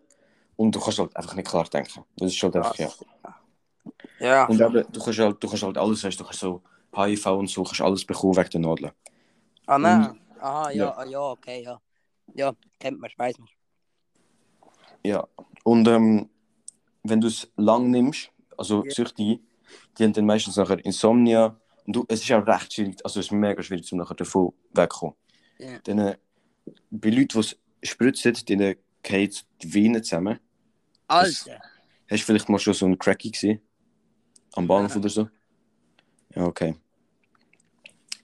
Und du kannst halt einfach nicht klar denken. Dus Das ist halt einfach, ja. Ja. Und eben, du kannst halt, du kannst halt alles, weißt du, du kannst so HIV und so, kannst alles bekommen wegen der Nadeln. Ah, nein. Und- Aha, Ja. ja, ah, ja, okay, ja. Ja, kennt man, weiß man. Ja. Und ähm, wenn du es lang nimmst, also Ja. Süchtige, die haben dann meistens nachher Insomnia. Und du, es ist auch recht schwierig, also es ist mega schwierig, um nachher davon wegzukommen. Ja. Dann, äh, bei Leuten, die es spritzen, denen gehen jetzt die Venen zusammen. Alter. Hast du vielleicht mal schon so einen Cracky gesehen? Am Bahnhof Nein. oder so? Ja, okay.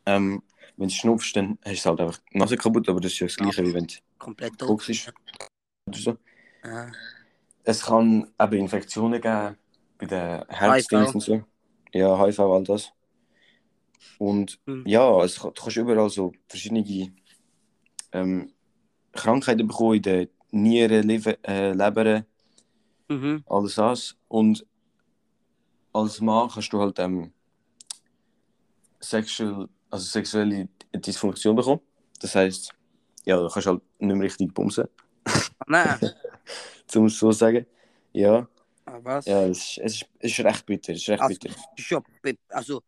Ähm, wenn du schnupfst, dann hast du halt einfach die Nase kaputt, aber das ist ja das Gleiche, wie wenn du Komplett tot. Koks ist. Oder so. Aha. es kann eben Infektionen geben bei den Herzdings HIV. und so. Ja, HIV, all das. Und Mhm. ja, es, kann- du kannst überall so verschiedene ähm, Krankheiten bekommen in den Nieren, Leber, äh, Leber Mhm. alles das. Und als Mann kannst du halt ähm, sexual, also sexuelle Dysfunktion bekommen. Das heißt, ja, du kannst halt nicht mehr richtig bumsen, Ah, nein. um es so zu sagen. Ja. Ah, was? Ja, es ist, es ist, es ist recht bitter. Es ist recht Also- bitter. Ist ja be- also,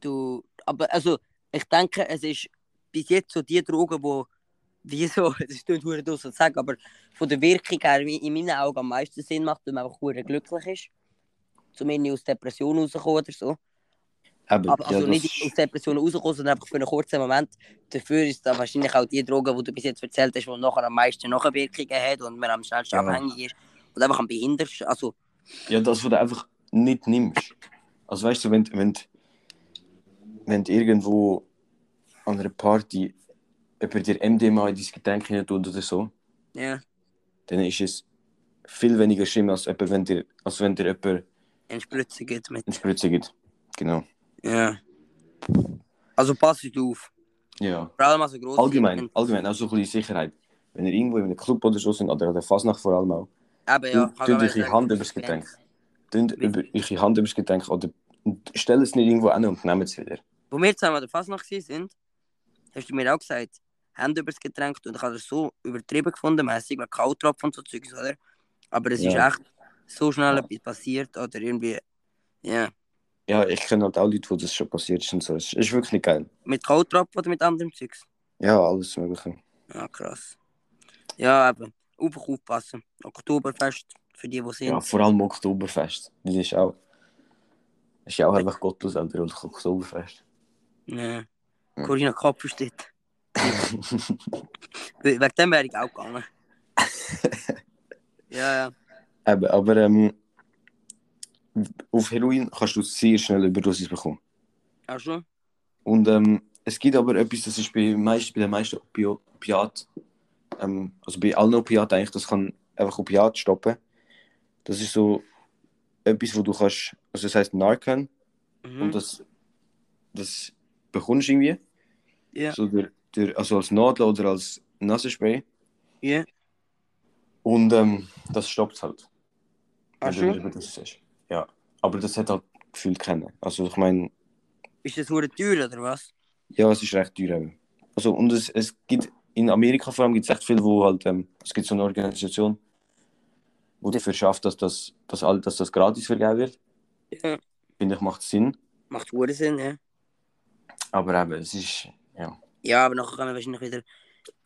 du, aber also, ich denke, es ist bis jetzt so die Droge, wo, wie so, das ist nicht hure dumm zu sagen, aber von der Wirkung her wie in meinen Augen am meisten Sinn macht, wenn man einfach hure glücklich ist. Zumindest aus Depressionen rauskommen oder so. Eben, Aber also ja, das, nicht aus Depressionen rauskommen, sondern einfach für einen kurzen Moment. Dafür ist da wahrscheinlich auch die Droge, die du bis jetzt erzählt hast, die nachher am meisten Nachwirkungen hat und man am schnellsten Ja. abhängig ist. Und einfach am behindertsten. Also, ja, das, was du einfach nicht nimmst. Also weißt du, wenn, du- wenn, du- wenn du irgendwo an einer Party über dir MDMA in dein Getränk hinein tut oder so, ja, dann ist es viel weniger schlimm, als, jemand, wenn, dir, als wenn dir jemand ein Spritze geht mit. eine Spritze gibt. Genau. Ja. Also pass dich auf. Ja. Vor allem also groß. Allgemein, allgemein, auch so ein bisschen Sicherheit. Wenn ihr irgendwo in einem Club oder so sind, oder an der Fasnacht vor allem auch, Eben, ja. Doe- doe die hand in het gedenk. dann über eure Hand übers Getränk oder stellt es nicht irgendwo an und nehmt es wieder. Wo wir zusammen an der Fasnacht gewesen sind, hast du mir auch gesagt, Hände übers Getränk und ich habe das so übertrieben gefunden, mäßig, weil Kaltropfen und so Zeugs, oder? Aber es Ja. ist echt so schnell etwas passiert oder irgendwie. Ja. Ja, ich kenne halt auch Leute, wo das schon passiert ist und so. Es ist wirklich nicht geil. Mit Kaltropfen oder mit anderem Zeugs? Ja, alles Mögliche. Ja, krass. Ja, eben. Einfach aufpassen. Oktoberfest, für die, die sind. Ja, vor allem Oktoberfest. Das ist auch. Das ist ja auch einfach gottlos, Alter, und Oktoberfest. Nee. Hm. Corinna Kapfer steht. We- Wegen dem wäre ich auch gegangen. ja, ja. Eben, aber ähm, auf Heroin kannst du sehr schnell Überdosis bekommen. Auch schon? Und ähm, es gibt aber etwas, das ist bei, meist, bei den meisten Opio- Opiat, ähm, also bei allen Opiaten eigentlich, das kann einfach Opiat stoppen. Das ist so etwas, wo du kannst, also das heißt Narcan, Mhm. und das, das bekommst du irgendwie. Ja. So der, der, also als Nadel oder als Nasenspray. Ja. Und ähm, das stoppt halt. Ach wenn du schon? Überdosis hast. Ja. Aber das hat halt gefühlt kennen. Also ich meine, Ist das hure teuer oder was? Ja, es ist recht teuer. eben. Also, und es, es gibt in Amerika vor allem gibt es echt viel, wo halt, ähm, es gibt so eine Organisation, wo dafür schafft, dass das, dass, all, dass das gratis vergeben wird. Ja. Finde ich, macht Sinn. Macht hure Sinn, ja. Aber eben, es ist, ja. Ja, aber nachher kommen wahrscheinlich wieder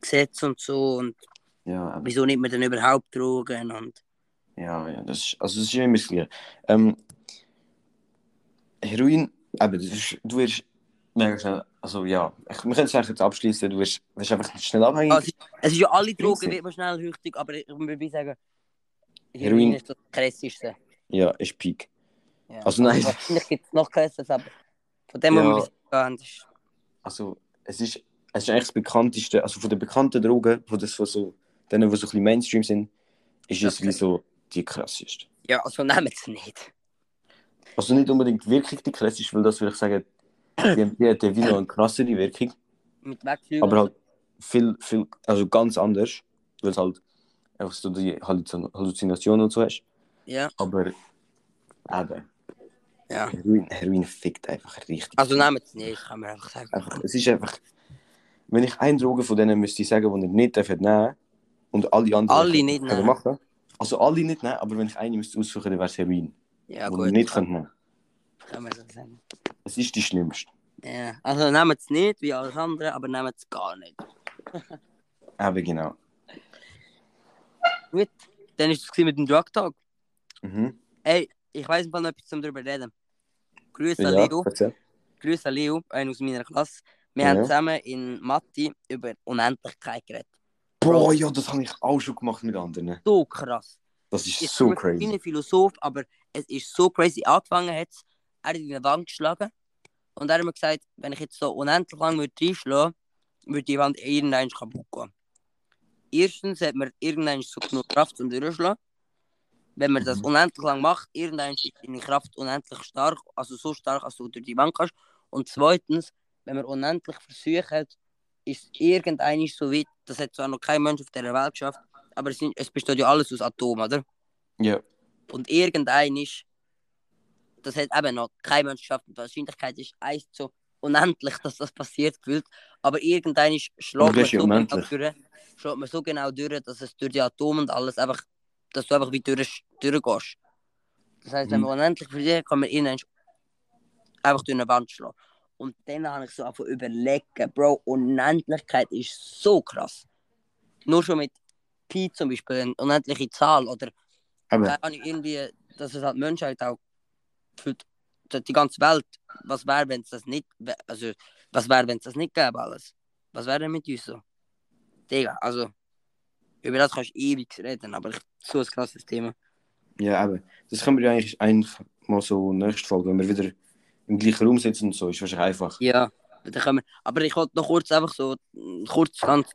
Gesetze und so und Ja, eben, wieso nimmt man denn überhaupt Drogen und... ja, ja das ist, also es ist immer das Gleiche. Ähm, Heroin, eben, das ist, du wirst mega schnell, also ja, ich, wir können es eigentlich jetzt abschließen, du wirst, wirst einfach schnell abhängig. Also, Es ist ja alle Sinn. Drogen, wird man schnell süchtig, aber ich würde sagen... Heroin. Heroin ist das krasseste. ja, ist Peak. Ja. Also nein. Wahrscheinlich gibt es noch krasses, aber... Von dem, was Ja. wir bis jetzt haben, ist... also es ist, es ist eigentlich das bekannteste, also von den bekannten Drogen, von das, von so, denen, die so ein bisschen Mainstream sind, ist es Okay. wie so die krasseste. Ja, also nehmen sie nicht. Also nicht unbedingt wirklich die krasseste, weil das würde ich sagen, DMT hat ja wie noch eine krassere Wirkung, Mit Wegflügen. aber halt viel, viel, also ganz anders, weil es halt einfach so die Halluzin- Halluzinationen und so hast. Ja. Aber eben, Ja. Heroin, Heroin fickt einfach richtig. Also nehmen sie nicht, kann man einfach sagen. Einfach, es ist einfach, wenn ich eine Droge von denen müsste sagen, die ihr nicht dürft nehmen und alle anderen Alle könnt- nicht könnt ihr nehmen. machen. Also alle nicht nehmen, aber wenn ich eine müsste aussuchen, dann wäre es Heroin, Ja, die gut. ihr nicht könnt nehmen Kann man so sagen. Es ist die schlimmste. Ja. Also nehmen sie nicht, wie alles andere, aber nehmen sie gar nicht. Eben genau. Gut, dann ist es gewesen mit dem Drug Talk. Mhm. Ey, ich weiß noch etwas zum drüber reden. Grüße an Ja, Leo, erzähl. Grüße an Leo, einen aus meiner Klasse. Wir Ja. haben zusammen in Mathe über Unendlichkeit geredet. Bro, ja, das habe ich auch schon gemacht mit anderen. So krass. Das ist so bin Ich crazy. bin Philosoph, aber es ist so crazy. Angefangen hat er hat in eine Wand geschlagen. Und er hat mir gesagt, wenn ich jetzt so unendlich lang würde reinschlagen würde, würde die Wand irgendwann kaputt gehen. Erstens hat man irgendwann so genug Kraft zum Durchschlagen. wenn man Mhm. das unendlich lang macht, irgendwann ist deine Kraft unendlich stark, also so stark, als du durch die Bank kannst. Und zweitens, wenn man unendlich versucht, ist irgendein so weit, das hat zwar noch kein Mensch auf der Welt geschafft, aber es, sind, es besteht ja alles aus Atomen, oder? Ja. Und irgendein ist, das hat eben noch kein Mensch geschafft, und die Wahrscheinlichkeit ist 1 zu unendlich, dass das passiert gefühlt, aber irgendein ist, schlägt Und das man, ist ja so genau unendlich. durch, schlägt man so genau durch, dass es durch die Atome und alles einfach, dass du einfach wie durch, durchgehst. Das heisst, wenn Mhm. man unendlich verliert, kann man irgendwann einfach durch eine Wand schlagen. Und dann habe ich so einfach überlegen, Bro, Unendlichkeit ist so krass. Nur schon mit Pi zum Beispiel, eine unendliche Zahl oder Aber keine Ahnung, irgendwie, dass es halt die Menschheit auch für die, die ganze Welt, was wäre, wenn es das nicht, wä- also, was wäre, wenn es das nicht gäbe alles? Was wäre denn mit uns so? Digga, also, über das kannst du ewig reden, aber ich, so ein krasses Thema. ja, aber das können wir ja eigentlich einfach mal so nächste Folge, wenn wir wieder im gleichen Raum sitzen und so, ist wahrscheinlich einfach. Ja, dann können wir, aber ich wollte noch kurz einfach so, mm, kurz ganz,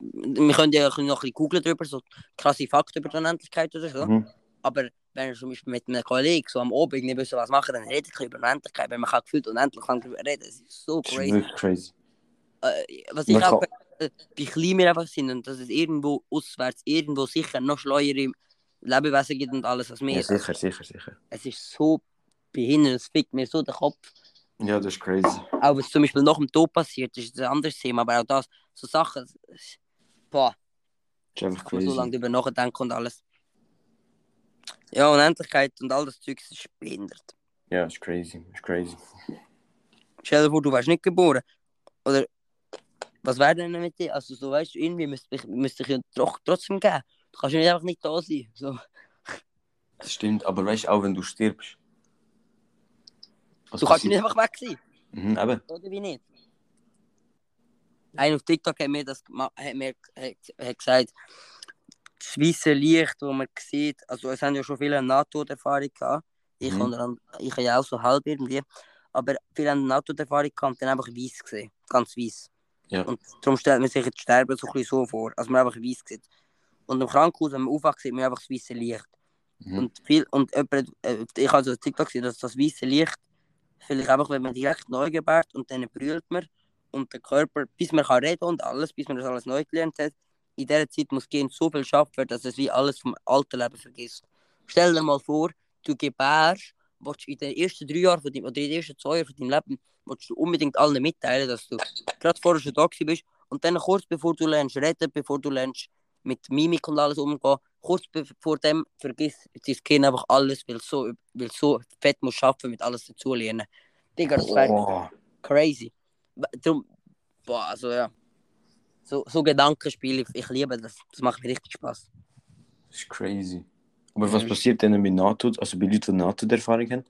wir können ja noch ein bisschen googeln drüber, so krasse Fakten über die Unendlichkeit oder so. Mhm. Aber wenn ihr zum Beispiel mit einem Kollegen so am Abend nicht wisst, was machen, dann redet ihr über Unendlichkeit, weil man kann gefühlt unendlich lang darüber reden. Es ist so Das ist crazy. wirklich crazy. Äh, was ich Man auch kann- äh, wie klein wir einfach sind und dass es irgendwo auswärts, irgendwo sicher noch schleuere Lebewesen gibt und alles, was mehr Ja, ist. sicher, sicher, sicher. Es ist so behindert, es fickt mir so den Kopf. Ja, das ist crazy. Auch was zum Beispiel nach dem Tod passiert, das ist ein anderes Thema, aber auch das, so Sachen, es- es- boah, Das ist einfach kann man so lange crazy. darüber nachdenken und alles. Ja, Unendlichkeit und all das Zeug ist behindert. Ja, das ist crazy. Das ist crazy. Stell dir vor, du wärst nicht geboren. Oder was wäre denn mit dir? Also, so weißt du, irgendwie müsste ich, müsste ich ja doch trotzdem gehen. Du kannst ja nicht einfach nicht da sein. So. Das stimmt, aber weißt du, auch wenn du stirbst. Was Du kannst ja passiert? nicht einfach weg sein, Mhm, eben. oder wie nicht? Einer auf TikTok hat mir das gema- hat mir, hat, hat gesagt, das weiße Licht, das man sieht, also es haben ja schon viele Nahtoderfahrung gehabt. Ich, Mhm. unter anderem- ich habe ja auch so halb irgendwie. Aber viele haben Nahtoderfahrung gehabt und dann einfach weiß gesehen. Ganz weiß. Ja. Und darum stellt man sich das Sterben so ein bisschen so vor, als man einfach weiß sieht. Und im Krankenhaus, wenn man aufwacht, sieht man einfach das weiße Licht. Mhm. Und, viel, und jemand, äh, ich habe so auf TikTok gesehen, dass das weiße Licht, vielleicht einfach, wenn man direkt neu gebärt und dann brüllt man und der Körper, bis man kann reden und alles, bis man das alles neu gelernt hat, in dieser Zeit muss gehen so viel geschafft werden, dass es wie alles vom alten Leben vergisst. Stell dir mal vor, du gebärst, willst in den ersten drei Jahren von deinem, oder in den ersten zwei Jahren von deinem Leben, willst du unbedingt allen mitteilen, dass du gerade vorher schon da gewesen bist und dann kurz bevor du lernst reden, bevor du lernst mit Mimik und alles umgehen, kurz bevor dem vergisst dein Kind einfach alles, weil so, weil so fett muss schaffen mit alles dazulernen. Digga, das wäre Boah. crazy. W- Drum, boah, also ja. So, so Gedankenspiele, ich liebe das. Das macht mir richtig Spaß. Das ist crazy. Aber was passiert denn mit Nahtod, also bei Leuten, die Nahtoderfahrung haben?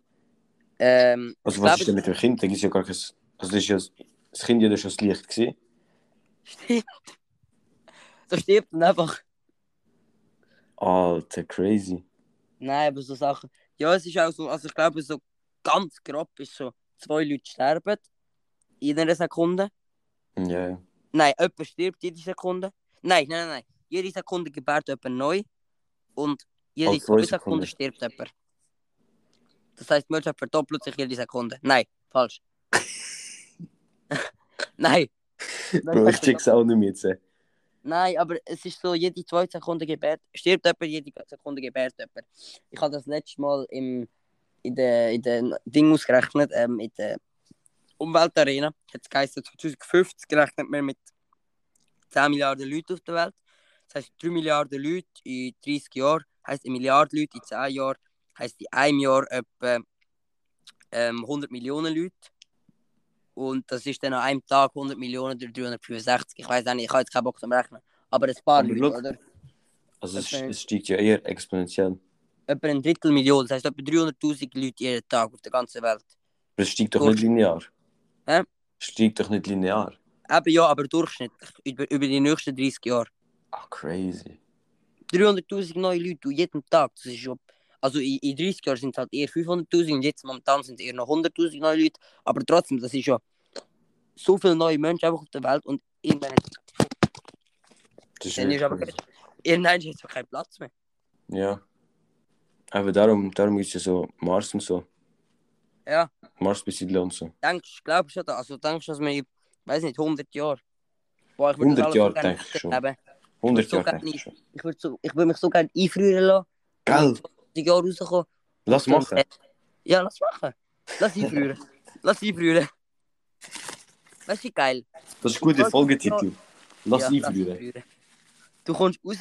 Ähm, Also ich was glaube, ist denn mit dem Kind? Da gibt's ja gar kein... Also das, ist ja, das Kind ja das ist ja das Licht gesehen. das stirbt dann einfach. Alter, crazy. Nein, aber so Sachen. Ja, es ist auch so, also ich glaube, so ganz grob ist so, zwei Leute sterben in einer Sekunde. Ja, ja. Nein, jemand stirbt jede Sekunde. Nein, nein, nein, nein. Jede Sekunde gebärt jemand neu. Und jede Alle zwei zwei Sekunden. Sekunden stirbt jemand. Das heisst, die Menschheit verdoppelt sich jede Sekunde. Nein, falsch. nein. Bro, ich check's auch nicht mehr jetzt. ey. Nein, aber es ist so, jede zweite Sekunde gebärt, stirbt jemand, jede Sekunde gebärt jemand. Ich habe das letzte Mal im, in der in der Ding ausgerechnet, ähm, in der Umweltarena, hat es geheißen, 2050 rechnet man mit 10 Milliarden Leuten auf der Welt. Das heisst, 3 Milliarden Leute in 30 Jahren, heisst eine Milliarde Leute in 10 Jahren, heisst in einem Jahr etwa ähm, 100 Millionen Leute. Und das ist dann an einem Tag 100 Millionen durch 365. Ich weiß auch nicht, ich habe jetzt keinen Bock zum Rechnen. Aber ein paar Aber Leute, look. oder? Also es, Okay. es steigt ja eher exponentiell. Etwa ein Drittel Million, das heisst etwa 300.000 Leute jeden Tag auf der ganzen Welt. Aber es steigt doch Gut. nicht linear. Hä? Es steigt doch nicht linear. Eben ja, aber durchschnittlich, über, über die nächsten 30 Jahre. Ah, crazy. 300.000 neue Leute du, jeden Tag. Das ist schon, also in, in 30 Jahren sind es halt eher 500.000 und jetzt momentan sind es eher noch 100.000 neue Leute. Aber trotzdem, das ist ja so viele neue Menschen einfach auf der Welt und irgendwann hat Das ist Dann ist wirklich aber- crazy. irgendwann hat es keinen Platz mehr. Ja. Aber darum, darum gibt es ja so Mars und so. Ja. Mars besiedeln und so. Denkst, glaubst du, da- also denkst du, dass wir in, weiß nicht, 100 Jahren. Boah, ich 100 würd das alles Jahre so gerne denk ich schon. miterleben. 100 so Jahre. gerne denke ich nicht. schon. Ich würde so, ich würd mich so gerne einfrieren lassen. Gell? Die Jahre rauskommen. Lass machen. Ja, lass machen. Lass einfrieren. lass einfrieren. Weißt du, wie geil? Das ist ein guter Folgetitel. Lass Ja, einfrieren. Du kommst raus,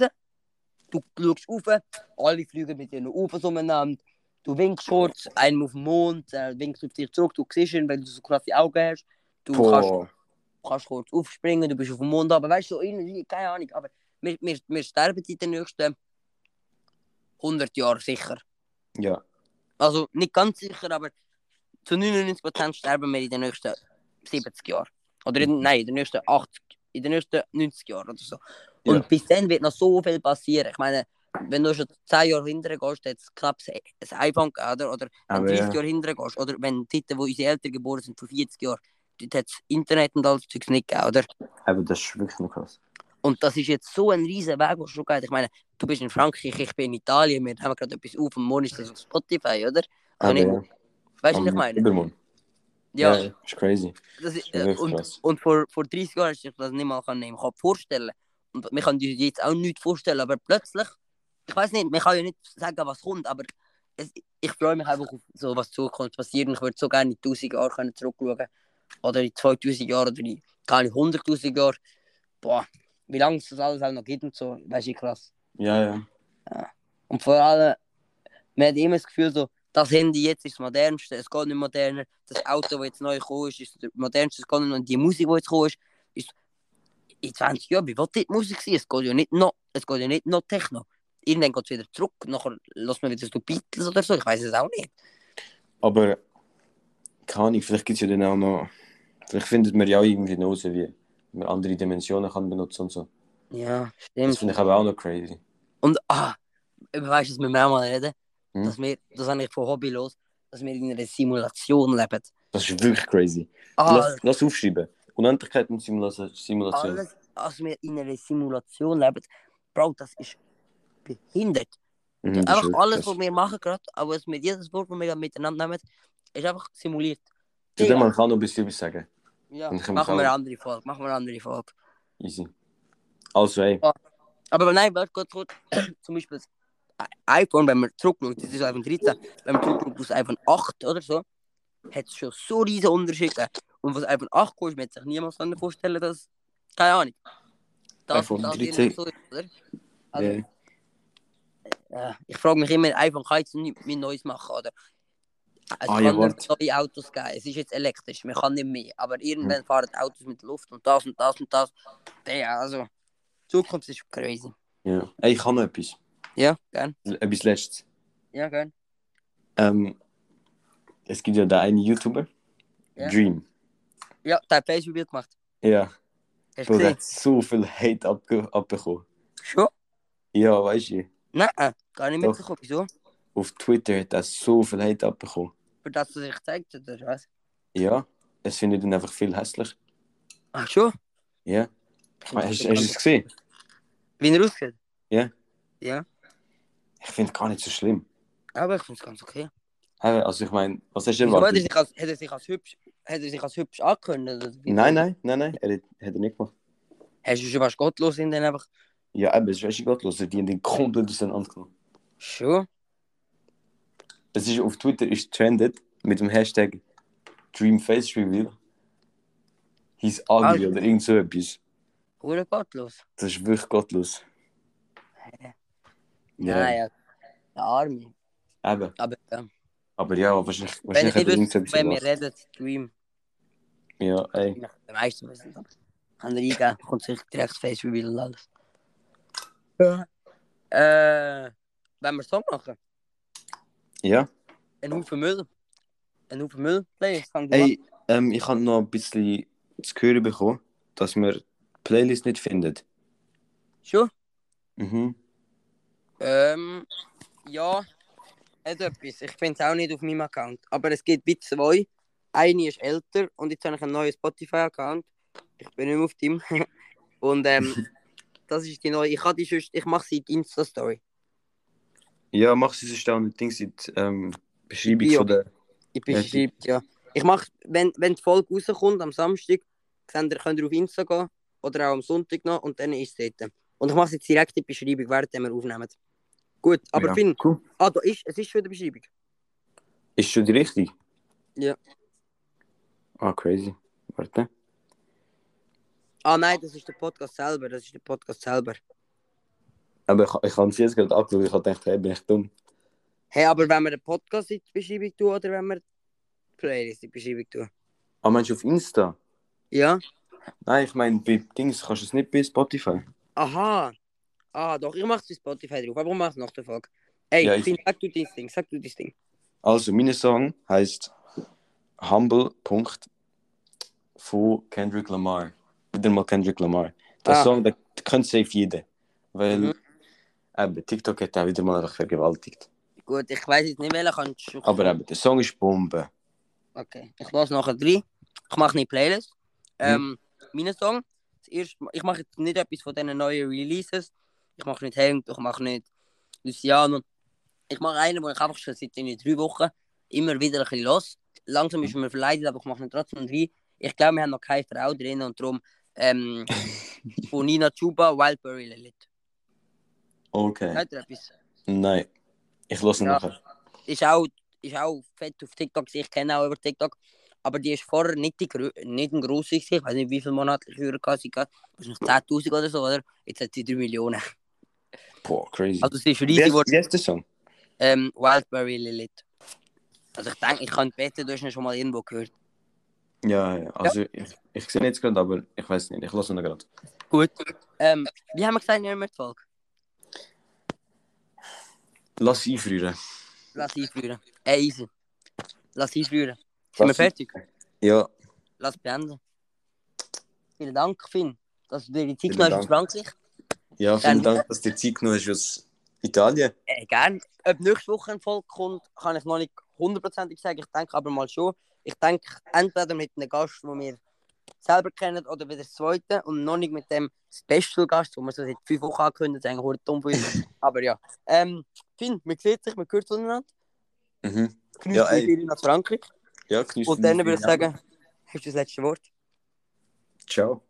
du schaust rauf, alle fliegen mit ihren Ufers umeinander. Du winkst kurz, einem auf den Mond, er winkt auf dich zurück, du siehst ihn, weil du so krasse Augen hast. Du kannst, Boah. kannst kurz aufspringen, du bist auf dem Mond, aber weißt du, so irgendwie, keine Ahnung, aber wir, wir, wir sterben in den nächsten 100 Jahren sicher. Ja. Also nicht ganz sicher, aber zu 99% sterben wir in den nächsten 70 Jahren. Oder in, Mhm. nein, in den nächsten 80, in den nächsten 90 Jahren oder so. Und Ja. bis dann wird noch so viel passieren. Ich meine, wenn du schon 10 Jahre hinterher gehst, hat es knapp ein ein iPhone gegeben, oder? Oder wenn Aber du 30 ja. Jahre hinterher gehst, oder wenn dort, wo unsere Eltern geboren sind, vor 40 Jahren, dort hat es Internet und alles Zeugs nicht gegeben, oder? Aber das ist wirklich noch krass. Und das ist jetzt so ein riesen Weg, der schon geht. Ich meine, du bist in Frankreich, ich bin in Italien, wir haben gerade etwas auf und morgen ist das auf Spotify, oder? Aber ich- ja. Weißt du, was ich am meine? Übermond. Ja, Ist crazy. Das ist, Ja, äh, wirklich und krass. und vor, vor 30 Jahren hast du dir das nicht mal können im Kopf vorstellen Und wir können uns jetzt auch nichts vorstellen, aber plötzlich, ich weiß nicht, man kann ja nicht sagen, was kommt, aber es, ich freue mich einfach auf so, was in Zukunft passiert. Und ich würde so gerne in 1000 Jahre können zurückschauen oder in 2000 Jahren oder in keine 100.000 Jahren. Boah, wie lange es das alles auch noch gibt und so, weißt du, krass. Ja, ja. Und vor allem, man hat immer das Gefühl, so, das Handy jetzt ist das modernste, es geht nicht moderner. Das Auto, das jetzt neu gekommen ist, ist das modernste, es geht nicht noch. Und die Musik, die jetzt gekommen ist, ist in 20 Jahren, wie will die Musik sein? Es geht ja nicht noch, es geht ja nicht noch Techno. Irgendwann geht es wieder zurück, nachher lässt man wieder so Beatles oder so, ich weiß es auch nicht. Aber keine Ahnung, vielleicht gibt es ja dann auch noch. Vielleicht findet man ja auch irgendwie raus, wie man andere Dimensionen kann benutzen und so. Ja, Das stimmt. finde ich aber auch noch crazy. Und, ah, weißt du, dass wir mal reden, Hm? dass wir, das habe ich von Hobby los, dass wir in einer Simulation leben. Das ist wirklich crazy. Ah, Lass, lass aufschreiben. Unendlichkeit und Simula Simulation. alles, als wir in einer Simulation leben, Bro, das ist behindert. Mhm, das ist einfach wirklich alles, krass. was wir machen gerade, aber es mit jedes Wort, das wir gerade miteinander nehmen, ist einfach simuliert. Zu dem Dus man kann noch ein bisschen was sagen. Ja, Und ich kann machen wir auch- eine andere Folge, machen wir eine andere Folge. Easy. Also, ey. Aber nein, warte kurz, kurz, zum Beispiel das I- iPhone, wenn man zurückschaut, das ist iPhone 13, wenn man zurückschaut auf das iPhone 8 oder so, hat es schon so riesen Unterschiede. Und was iPhone 8 kostet, man hätte sich niemals können vorstellen dass, keine Ahnung, das, iPhone das 13. irgendwie so ist, oder? Also, äh, Ja, ich frage mich immer, iPhone kann jetzt nicht mehr Neues machen, oder? Es Ah, kann ja, nicht neue Autos geben, es ist jetzt elektrisch, man kann nicht mehr. Aber irgendwann Hm. fahren Autos mit Luft und das und das und das. Ja, also, die Zukunft ist crazy. ja. Ey, ich habe noch etwas. Ja, gern. L- Etwas Letztes. Ja, gern. Ähm, es gibt ja da einen YouTuber. Ja. Dream. Ja, der hat Facebook-Bild gemacht. Ja. Hast du Bro, der gesehen? hat so viel Hate abge abbekommen. Schon? Ja, weißt du. Nein, äh, gar nicht Doch. mitbekommen. Wieso? Auf Twitter hat er so viel Hate abbekommen. Für das, dass er sich gezeigt hat, oder was? Ja. Es findet ihn einfach viel hässlich. Ach, schon? Ja. Ich meine, hast, hast du es gesehen? Wie er aussieht? Ich finde es gar nicht so schlimm. Aber ich finde es ganz okay. Hä, Also, ich meine, was hast du Wieso hat er erwartet? sich als, hat er sich als hübsch, hat er sich als hübsch angekündigt? oder wie? Nein, nein, nein, nein. Er hat, hat er nicht gemacht. Hast du schon was gottlos in den einfach? Ja, eben, es ist echt gottlos. Dus Die haben den komplett auseinandergenommen. Schon? Es ist auf Twitter ist trendet mit dem Hashtag DreamFaceReveal. He's ugly Ah. oder irgend so etwas. Hure gottlos. Das ist wirklich gottlos. Ah, Ja, Nein, Ah, ja. Der Arme. eben. Aber ja. Aber ja, wahrscheinlich, wenn wahrscheinlich ich hat nicht er wüsste, irgend so wenn wir etwas. reden, Stream, Ja, ey. die meisten wissen es. aber Kann er eingehen, kommt sich direkt das Face Reveal und alles. Ja. Äh, wenn wir Song machen, Ja. ein Haufen Müll. Ein Haufen Müll, Playlist kann Ey, ähm, ich habe noch ein bisschen zu hören bekommen, dass man die Playlist nicht findet. Schon? Mhm. Ähm, ja, hat etwas. Ich finde es auch nicht auf meinem Account. Aber es gibt wie zwei. Eine ist älter und jetzt habe ich einen neuen Spotify-Account. Ich bin nicht mehr auf dem. und ähm, das ist die neue. Ich, kann die sonst, ich mache sie in die Insta-Story. Ja, mach sie sonst auch nicht Dings in die ähm, Beschreibung Bio. von der. Ich beschreibe, ja. Ich mache, wenn, wenn die Folge rauskommt am Samstag, seht ihr, könnt ihr auf Insta gehen oder auch am Sonntag noch und dann ist es dort. Und ich mache jetzt direkt in die Beschreibung, während wir aufnehmen. Gut, aber ja. Finn, Cool. ah, da ist, es ist schon in der Beschreibung. Ist schon die richtige? Ja. Ah, crazy. Warte. Ah nein, das ist der Podcast selber, das ist der Podcast selber. Aber ich, ich habe sie jetzt gerade angeschaut, ich habe gedacht, hey, bin ich dumm. Hey, aber wenn wir den Podcast in die Beschreibung tun oder wenn wir die Playlist in die Beschreibung tun? Ah, meinst du auf Insta? Ja? Nein, ich meine, bei Dings kannst du es nicht bei Spotify. Aha. Ah, doch, ich mach's bei Spotify drauf, aber ich mach's nach der Folge. Ey, Ja, ich- Finn, sag du dein Ding, sag du dein Ding. Also, mein Song heißt Humble. Punkt von Kendrick Lamar. Wieder mal Kendrick Lamar. Der Ah. Song, der kennt safe jeder. Weil Mhm. eben, eh, TikTok hat auch wieder mal einfach vergewaltigt. Gut, ich weiß jetzt nicht, welchen kannst du... Aber eben, der eh, Song ist Bombe. Okay, ich lasse nachher drei. Ich mache eine Playlist. Ähm, Meine Song. Das erste, ich mache jetzt nicht etwas von diesen neuen Releases. Ich mache nicht Helm, ich mache nicht Luciano. Ich mache einen, den ich einfach schon seit irgendwie drei Wochen immer wieder ein bisschen los. Langsam ist mir verleidet, aber ich mache ihn trotzdem drei. Ich glaube, wir haben noch keine Frau drin und darum ähm, von Nina Chuba Wildberry Lilith. Okay. Hört ihr etwas? Nein. Ich lasse ihn Ja. nachher. ist auch, ist auch fett auf TikTok. Ich kenne auch über TikTok. Aber die ist vorher nicht, die, grö- nicht ein grosser. gewesen. Ich weiß nicht, wie viele monatliche Hörer hatte sie hatte. Wahrscheinlich 10.000 oder so, oder? Jetzt hat sie 3 Millionen. Boah, crazy. Also sie ist wie riesig heißt geworden. wie heißt der Song? Ähm, Wildberry Lilith. Also ich denke, ich könnte beten, du hast ihn schon mal irgendwo gehört. Ja, ja. Also, ich, ich sehe ihn jetzt gerade, aber ich weiß nicht. Ich lasse ihn gerade. Gut. Ähm, wie haben wir gesagt, nicht mehr die Folge? Lass ihn einfrieren. Lass einfrieren. Äh, easy. Lass einfrieren. Sind wir Lass- fertig? Ja. Lass beenden. Vielen Dank, Finn, dass du dir die Zeit Vielen genommen hast Dank. aus Frankreich. Ja, vielen Dann- Dank, dass du dir Zeit genommen hast aus Italien. Äh, gern. Ob nächste Woche ein Volk kommt, kann ich noch nicht hundertprozentig sagen. Ich denke aber mal schon. Ich denke entweder mit einem Gast, den wir selber kennen, oder wieder das zweite. Und noch nicht mit dem Special-Gast, den wir so seit fünf Wochen angekündigt haben. Hört dumm von uns. aber ja. Ähm, Finn, man sieht sich, man hört voneinander. Mhm. Grüße Ja, ja, ey. nach Frankreich. Ja, genießt Und dann würde ich sagen, hast du das letzte Wort? Ciao.